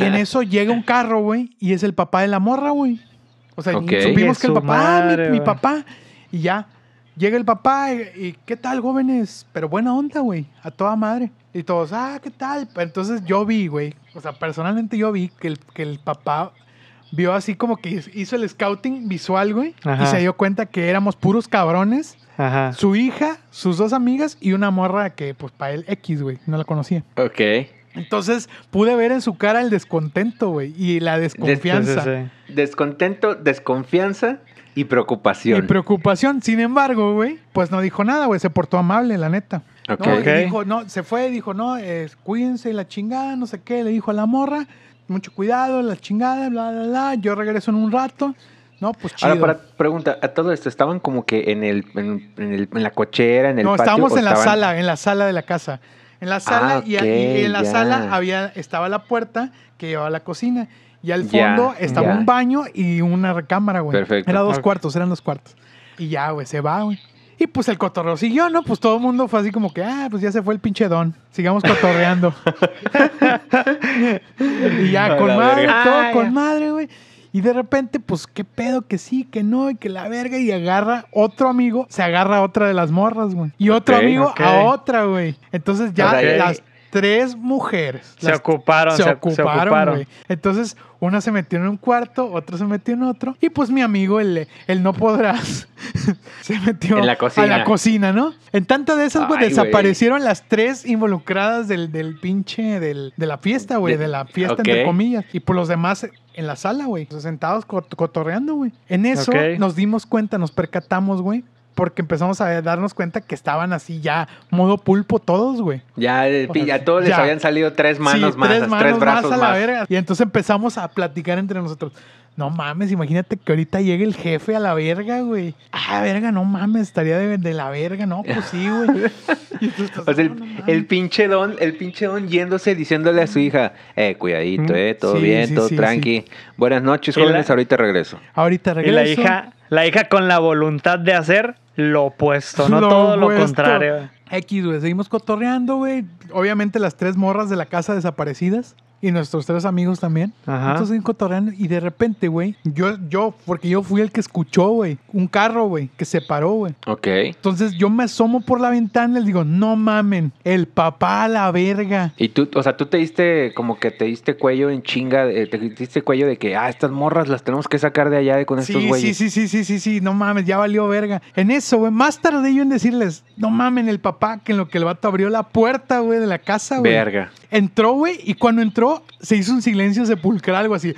S4: Y en eso llega un carro, güey, y es el papá de la morra, güey. O sea,
S3: Ok.
S4: supimos
S5: Que
S4: que
S5: su
S4: el papá, ah, mi-
S5: madre,
S4: mi,
S5: güey.
S4: papá, y ya. Llega el papá y, y, ¿qué tal, jóvenes? Pero buena onda, güey, a toda madre. Y todos, ah, ¿qué tal? Pero Entonces yo vi, güey, o sea, personalmente yo vi que el, que el papá vio así como que hizo el scouting visual, güey,
S5: Ajá.
S4: y se dio cuenta que éramos puros cabrones.
S5: Ajá.
S4: Su hija, sus dos amigas y una morra que, pues, para él X, güey, no la conocía.
S3: Ok.
S4: Entonces pude ver en su cara el descontento, güey, y la
S5: Sí,
S4: desconfianza
S5: sí, sí.
S3: Descontento, desconfianza y
S4: y
S3: preocupación.
S4: preocupación. Sin embargo, güey, pues no dijo nada, güey, se portó amable, la neta.
S3: Ok.
S4: No, y
S5: Ok.
S4: dijo, no, se fue, dijo, no, eh, cuídense la chingada, no sé qué, le dijo a la morra, mucho cuidado, la chingada, bla, bla, bla, yo regreso en un rato. No, pues chido.
S3: Ahora, para pregunta, a todo esto, ¿estaban como que en el, en, en el- en la cochera, en el
S4: no,
S3: patio?
S4: estábamos
S3: o
S4: en la
S3: estaban-
S4: sala, en la sala de la casa. En la sala
S3: Ah,
S4: y a-
S3: ok,
S4: y, en la
S3: ya.
S4: sala había estaba la puerta que llevaba a la cocina y al
S3: Ya,
S4: fondo estaba
S3: ya.
S4: un baño y una recámara, güey.
S3: Perfecto.
S4: Era dos
S5: Ok.
S4: cuartos, eran dos cuartos. Y ya, güey, se va, güey. Y pues el cotorreo siguió, ¿no? Pues todo el mundo fue así como que, ah, pues ya se fue el pinche don. Sigamos cotorreando. y ya,
S3: A
S4: con
S3: la
S4: madre,
S3: verga.
S4: todo
S5: Ay.
S4: con madre, güey. Y de repente, pues, qué pedo, que sí, que no, y que la verga. Y agarra otro amigo, se agarra a otra de las morras, güey. Y otro
S3: Ok,
S4: amigo
S5: ok.
S4: a otra, güey. Entonces ya
S3: O sea, ya-
S4: las tres mujeres.
S5: Se
S4: las-
S5: ocuparon,
S4: se
S5: se, se
S4: ocuparon,
S5: ocuparon.
S4: güey. Entonces, una se metió en un cuarto, otra se metió en otro. Y pues mi amigo, el, el no podrás, se metió
S3: En la
S4: a
S3: cocina.
S4: la cocina, ¿no? En tanto de esas, güey,
S3: Ay, güey.
S4: desaparecieron las tres involucradas del, del pinche, del, de la fiesta, güey,
S3: De-
S4: de la fiesta,
S3: ok.
S4: entre comillas. Y por los demás en la sala, güey, sentados cot- cotorreando, güey. En eso
S5: Ok.
S4: nos dimos cuenta, nos percatamos, güey. Porque empezamos a darnos cuenta que estaban así ya, modo pulpo todos, güey.
S3: Ya, eh,
S4: O
S3: pi-
S4: sea,
S3: a todos les
S4: ya.
S3: habían salido tres manos
S4: Sí,
S3: más, tres, brazos
S4: a
S3: más.
S4: la verga. Y entonces empezamos a platicar entre nosotros. No mames, imagínate que ahorita llegue el jefe a la verga, güey. Ah, verga, no mames, estaría de, de la verga. No, pues sí, güey. Y tú estás,
S3: O sea,
S4: no, no
S3: Pues el,
S4: mames.
S3: el pinche don, el pinche don yéndose diciéndole a su hija, eh, cuidadito,
S5: Mm.
S3: eh, todo
S4: Sí,
S3: bien,
S4: sí,
S3: todo
S4: sí,
S3: tranqui. Buenas noches,
S5: Y la-
S3: jóvenes, ahorita regreso.
S4: Ahorita
S5: Y la
S4: regreso.
S5: hija, la hija con la voluntad de hacer lo opuesto, no
S4: Lo
S5: todo lo
S4: opuesto.
S5: contrario.
S4: X, güey, seguimos cotorreando, güey. Obviamente las tres morras de la casa desaparecidas y nuestros tres amigos también.
S5: Ajá.
S4: Entonces seguimos cotorreando y de repente, güey, yo, yo, porque yo fui el que escuchó, güey, un carro, güey, que se paró, güey.
S3: Ok.
S4: Entonces yo me asomo por la ventana y les digo, no mamen, el papá a la verga.
S3: Y tú, o sea, tú te diste, como que te diste cuello en chinga, eh, te diste cuello de que, ah, estas morras las tenemos que sacar de allá de con estos
S4: sí, sí,
S3: güeyes.
S4: sí, sí, sí, sí, sí, no mames, ya valió verga. En eso, güey, más tardé yo en decirles, no mamen, el papá, que en lo que el vato abrió la puerta, güey, de la casa, güey.
S3: Verga.
S4: Entró, güey, y cuando entró se hizo un silencio sepulcral, algo así.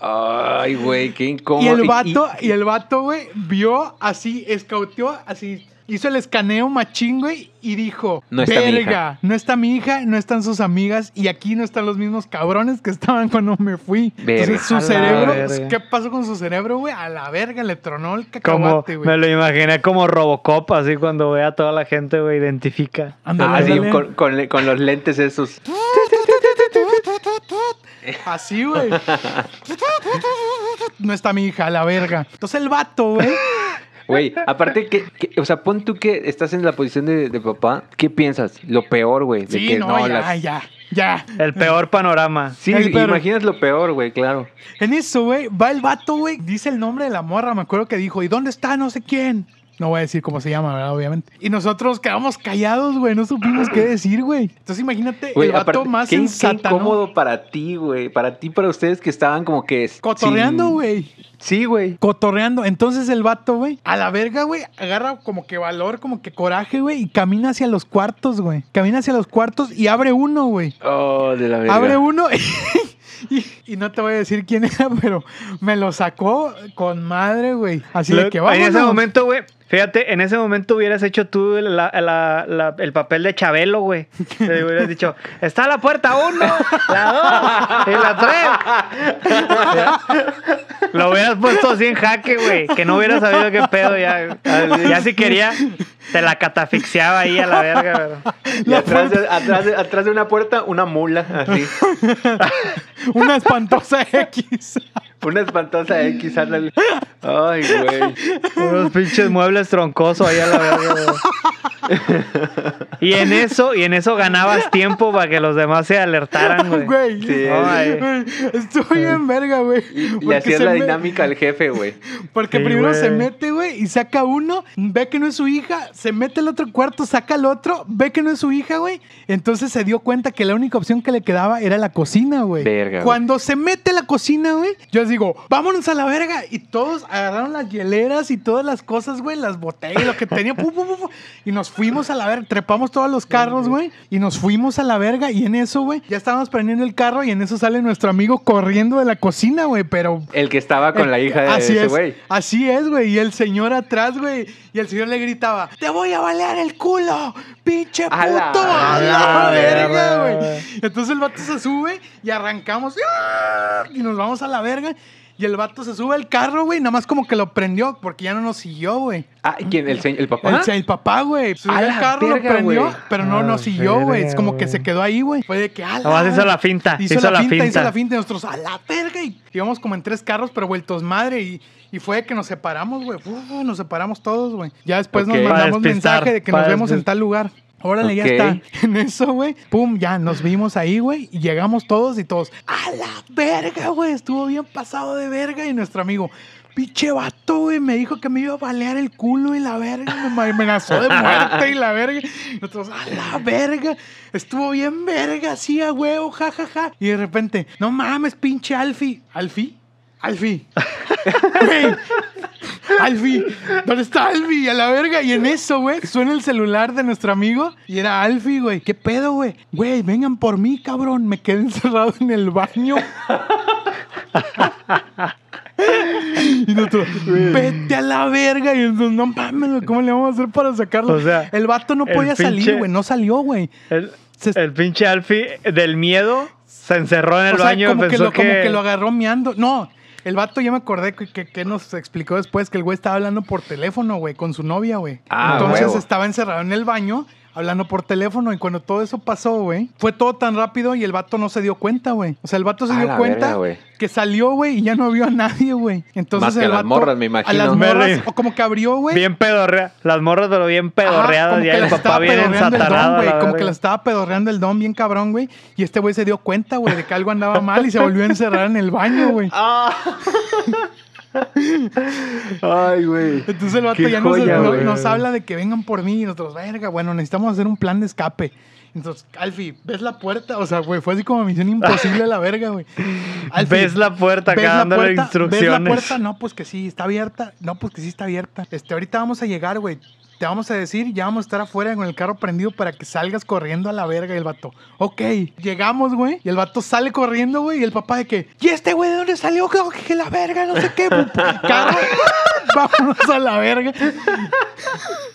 S3: Ay, güey, qué incómodo.
S4: Y el vato, y el vato, güey, vio así, escauteó, así, hizo el escaneo machín, güey, y dijo,
S3: No está mi
S4: verga,
S3: hija".
S4: no está mi hija, no están sus amigas, y aquí no están los mismos cabrones que estaban cuando me fui.
S3: Verga.
S4: Entonces, su
S5: A la
S4: cerebro, pues,
S5: verga.
S4: ¿qué pasó con su cerebro, güey? A la verga, le tronó el
S5: Como,
S4: cacahuate,
S5: me
S4: güey.
S5: lo imaginé como Robocop, así cuando ve a toda la gente, güey, identifica.
S4: Ándale,
S3: Ah, sí,
S4: ándale.
S3: con, con- con los lentes esos.
S4: Así, güey. No está mi hija, a la verga. Entonces el vato, güey.
S3: Güey, aparte que, que- o sea, pon tú que estás en la posición de, de papá, ¿qué piensas? Lo peor, güey. de
S4: Sí,
S3: que
S4: no, ya,
S3: las-
S4: ya, ya.
S5: El peor panorama.
S3: Sí,
S4: El peor.
S3: imaginas lo peor, güey, claro.
S4: En eso, güey, va el vato, güey. Dice el nombre de la morra. Me acuerdo que dijo, ¿y dónde está no sé quién? No voy a decir cómo se llama, ¿verdad? Obviamente. Y nosotros quedamos callados, güey. No supimos qué decir, güey. Entonces imagínate
S3: Güey,
S4: el vato
S3: aparte,
S4: más
S3: qué, qué
S4: sensato.
S3: incómodo para ti, güey. Para ti, para ustedes que estaban como que... sin-
S4: Cotorreando, güey.
S3: Sí, güey.
S4: Cotorreando. Entonces el vato, güey, a la verga, güey, agarra como que valor, como que coraje, güey, y camina hacia los cuartos, güey. Camina hacia los cuartos y abre uno, güey.
S3: Oh, de la verga.
S4: Abre uno y, y no te voy a decir quién era, pero me lo sacó con madre, güey. Así
S5: Lo-
S4: de que vamos.
S5: en ese momento, güey, fíjate, en ese momento hubieras hecho tú la- la- la- el papel de Chabelo, güey. Le hubieras dicho, está la puerta uno, la dos y la tres. Lo hubieras puesto así en jaque, güey, que no hubieras sabido qué pedo ya. Ya si quería, te la catafixiaba ahí a la verga, güey.
S3: Y atrás, de- atrás de- atrás de una puerta, una mula, así.
S4: Una espantosa X.
S3: Una espantosa X, ándale. Ay, güey.
S5: Unos pinches muebles troncosos ahí a la verga, güey. Y en eso, y en eso ganabas tiempo para que los demás se alertaran, güey.
S4: Güey.
S3: Sí,
S5: Ay.
S4: Güey, Estoy en verga, güey.
S3: Y, y
S4: Porque
S3: hacías
S4: se
S3: la
S4: me-
S3: dinámica al jefe, güey.
S4: Porque
S5: Sí,
S4: primero
S5: güey.
S4: se mete, güey, y saca uno, ve que no es su hija, se mete al otro cuarto, saca al otro, ve que no es su hija, güey. Entonces se dio cuenta que la única opción que le quedaba era la cocina, güey.
S3: Verga, güey.
S4: Cuando se mete a la cocina, güey, yo les digo, vámonos a la verga. Y todos agarraron las hieleras y todas las cosas, güey, las botellas, lo que tenía, pum, pum, pum, pum. y nos fuimos a la verga. Trepamos todos los carros, güey, y nos fuimos a la verga. Y en eso, güey, ya estábamos prendiendo el carro y en eso sale nuestro amigo corriendo de la cocina, güey, pero
S3: El que estaba con la hija de
S4: así
S3: ese
S4: es,
S3: güey.
S4: Así es, güey. Y el señor atrás, güey. Y el señor le gritaba, te voy a balear el culo, pinche puto.
S3: A la-
S4: A
S3: a
S4: la
S5: la
S4: verga,
S5: verga,
S4: güey.
S5: güey.
S4: Entonces el vato se sube y arrancamos. ¡ah! Y nos vamos a la verga. Y el vato se sube al carro, güey. Nada más como que lo prendió porque ya no nos siguió, güey.
S3: Ah, ¿quién? ¿El, se- el papá?
S4: El, el papá, güey. Se
S3: A
S4: Subió al
S3: la
S4: carro,
S3: verga,
S4: lo prendió,
S3: güey.
S4: pero no
S5: A la
S4: nos siguió,
S5: Ah,
S4: güey. Es
S5: verga,
S4: como que
S5: güey.
S4: se quedó ahí, güey. Fue de que, ala.
S5: Nomás hizo la finta,
S4: Hizo,
S5: hizo
S4: la
S5: la
S4: finta, hizo
S5: finta.
S4: la finta y nosotros, a la verga. Y íbamos como en tres carros, pero vueltos madre. Y, y fue de que nos separamos, güey. Uf, nos separamos todos, güey. Ya después
S3: Ok.
S4: nos
S5: Para
S4: mandamos
S5: despistar,
S4: mensaje de que nos
S5: para
S4: vemos en
S5: despistar.
S4: tal lugar. Órale,
S3: Ok.
S4: ya está. En eso, güey. Pum, ya nos vimos ahí, güey. Y llegamos todos y todos. A la verga, güey. Estuvo bien pasado de verga. Y nuestro amigo, pinche vato, güey. Me dijo que me iba a balear el culo y la verga. Me ma- amenazó de muerte y la verga. Y Nosotros, a la verga. Estuvo bien verga, sí, a huevo, ja, ja, ja. Y de repente, no mames, pinche Alfi. ¿Alfi? Alfi. Güey, Alfi, ¿dónde está Alfi? A la verga. Y en eso, güey, suena el celular de nuestro amigo y era Alfi, güey. ¿Qué pedo, güey? Güey, vengan por mí, cabrón. Me quedé encerrado en el baño. Y nosotros, vete a la verga. Y nosotros, no mames, güey, ¿cómo le vamos a hacer para sacarlo?
S5: O sea,
S4: el vato no
S5: el
S4: podía salir,
S5: pinche-
S4: güey. No salió, güey.
S5: El,
S4: Se-
S5: el pinche Alfie eh, del miedo se encerró en el
S4: o sea,
S5: baño y
S4: como, que
S5: pensó
S4: lo, como que lo agarró miando. No, el vato ya me acordé que, que- que nos explicó después que el güey estaba hablando por teléfono, güey, con su novia, güey.
S3: Ah,
S4: Entonces
S3: huevo.
S4: estaba encerrado en el baño hablando por teléfono y cuando todo eso pasó, güey, fue todo tan rápido y el vato no se dio cuenta, güey. O sea, el vato se
S3: A
S4: dio
S3: la
S4: cuenta
S3: verga, güey.
S4: que salió, güey, y ya no vio a nadie, güey. Entonces
S3: Más que
S4: el
S3: a las
S4: vato-
S3: morras, me
S4: A
S3: imagino.
S4: las morras
S5: Verle.
S4: o como que abrió, güey.
S5: bien pedorrea. Las morras, pero bien
S4: Ajá,
S5: pedorreadas.
S4: como
S5: y
S4: que
S5: el
S4: las
S5: papá
S4: estaba
S5: bien
S4: pedorreando el don,
S5: ensatarado.
S4: güey,
S5: la
S4: Como
S5: verga.
S4: que la estaba pedorreando el don bien cabrón, güey. Y este güey se dio cuenta, güey, de que algo andaba mal y se volvió a encerrar en el baño, güey.
S3: Ay, güey.
S4: Entonces el vato
S3: Qué
S4: ya nos,
S3: joya,
S4: no-
S3: güey.
S4: nos habla de que vengan por mí y nosotros, verga, bueno, necesitamos hacer un plan de escape. Entonces, Alfi, ¿ves la puerta? O sea, güey, fue así como misión imposible a la verga, güey. Alfi,
S5: Ves la puerta
S4: ¿ves
S5: acá
S4: la
S5: dándole
S4: puerta? ¿Ves la
S5: instrucciones.
S4: puerta? No, pues que sí, está abierta. No, pues que sí está abierta. Este, ahorita vamos a llegar, güey. te vamos a decir, ya vamos a estar afuera con el carro prendido para que salgas corriendo a la verga. Y el vato, ok, llegamos, güey. Y el vato sale corriendo, güey. Y el papá de que, ¿y este güey de dónde salió? Que, que la verga, no sé qué. pu- pu- Carro, vámonos a la verga.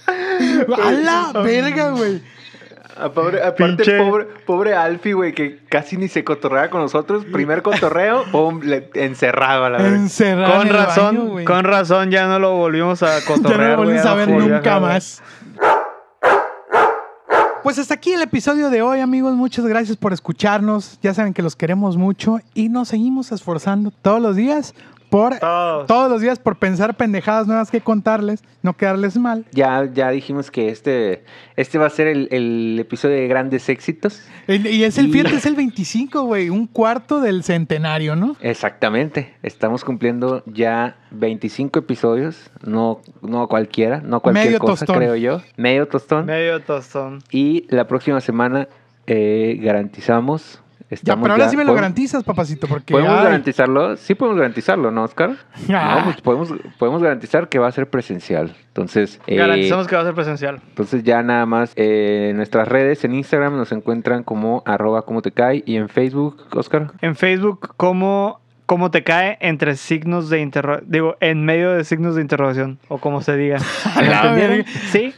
S4: A la verga, güey.
S3: A pobre- aparte,
S5: Pinche-
S3: pobre, pobre Alfie, güey, que casi ni se cotorreaba con nosotros. Primer cotorreo, pum, le- encerrado a la verga.
S4: Encerrado
S5: Con
S4: en el
S5: razón,
S4: baño, güey.
S5: con razón ya no lo volvimos a
S4: Ya
S5: cotorrear.
S4: no lo
S5: güey,
S4: volví a
S5: ya no
S4: saber
S5: volvió a
S4: nunca
S5: jalar.
S4: más. Pues hasta aquí el episodio de hoy, amigos. Muchas gracias por escucharnos. Ya saben que los queremos mucho y nos seguimos esforzando todos los días por
S5: Todos.
S4: todos los días por pensar pendejadas nuevas que contarles, no quedarles mal.
S3: Ya, ya dijimos que este, este va a ser el, el episodio de grandes éxitos.
S4: El- Y es el fíjate, es el 25, güey, un cuarto del centenario, ¿no?
S3: Exactamente. Estamos cumpliendo ya 25 episodios. No, no cualquiera, no cualquier
S4: Medio
S3: cosa,
S4: tostón.
S3: creo yo. Medio tostón.
S5: Medio tostón.
S3: Y la próxima semana eh, garantizamos.
S4: Ya,
S3: Estamos
S4: pero ahora sí me lo
S3: podemos-
S4: garantizas, papacito, porque
S3: ¿Podemos
S4: ay,
S3: garantizarlo? Sí podemos garantizarlo, ¿no, Oscar?
S4: Ah.
S3: No, pues podemos, podemos garantizar que va a ser presencial. Entonces, eh,
S5: Garantizamos que va a ser presencial.
S3: entonces ya nada más eh, en nuestras redes, en Instagram nos encuentran como arroba como te cae y en Facebook, Oscar.
S5: En Facebook, ¿cómo, cómo te cae entre signos de interrogación? Digo, en medio de signos de interrogación, o como se diga.
S4: A
S5: ¿Me
S4: la
S5: entendieron?
S4: verga.
S5: ¿Sí?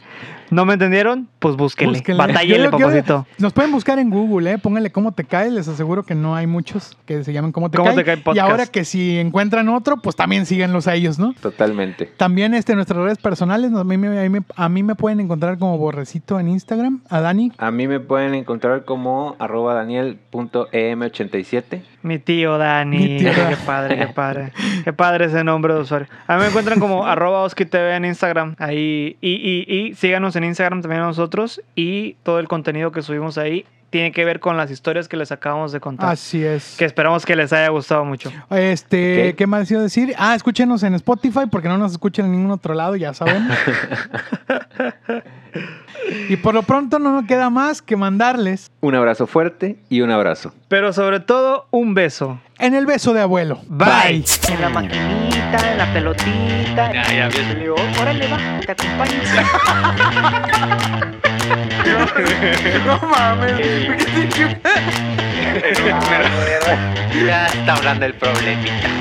S5: ¿No me entendieron? Pues búsquenle.
S4: Búsquenle.
S5: Batállele,
S4: Yo- yo-
S5: papacito.
S4: Nos pueden buscar en Google, ¿eh? Pónganle cómo te cae. Les aseguro que no hay muchos que se llamen cómo te
S5: Cómo
S4: cae.
S5: te cae podcast.
S4: Y ahora que si encuentran otro, pues también síganlos a ellos, ¿no?
S3: Totalmente.
S4: También este, nuestras redes personales, a mí, me- a, mí, me- a mí me pueden encontrar como Borrecito en Instagram, a Dani.
S3: A mí me pueden encontrar como arroba em daniel.em87.
S5: Mi tío Dani.
S4: Mi tío Dani.
S5: Qué padre, qué padre. Qué padre ese nombre de usuario. A mí me encuentran como arroba oskitv en Instagram. Ahí. Y, y, y síganos en Instagram también a nosotros. Y todo el contenido que subimos ahí tiene que ver con las historias que les acabamos de contar.
S4: Así es.
S5: Que esperamos que les haya gustado mucho.
S4: Este,
S3: Ok.
S4: ¿qué más iba a decir? Ah, escúchenos en Spotify porque no nos escuchan en ningún otro lado, ya saben. y por lo pronto no nos queda más que mandarles
S3: Un abrazo fuerte y un abrazo.
S5: Pero sobre todo, un beso.
S4: en el beso de abuelo.
S5: Bye.
S2: En la maquinita, en la pelotita. Ya, ya, Órale, va, te acompaño. no, mames,
S3: Ya está hablando el problemita.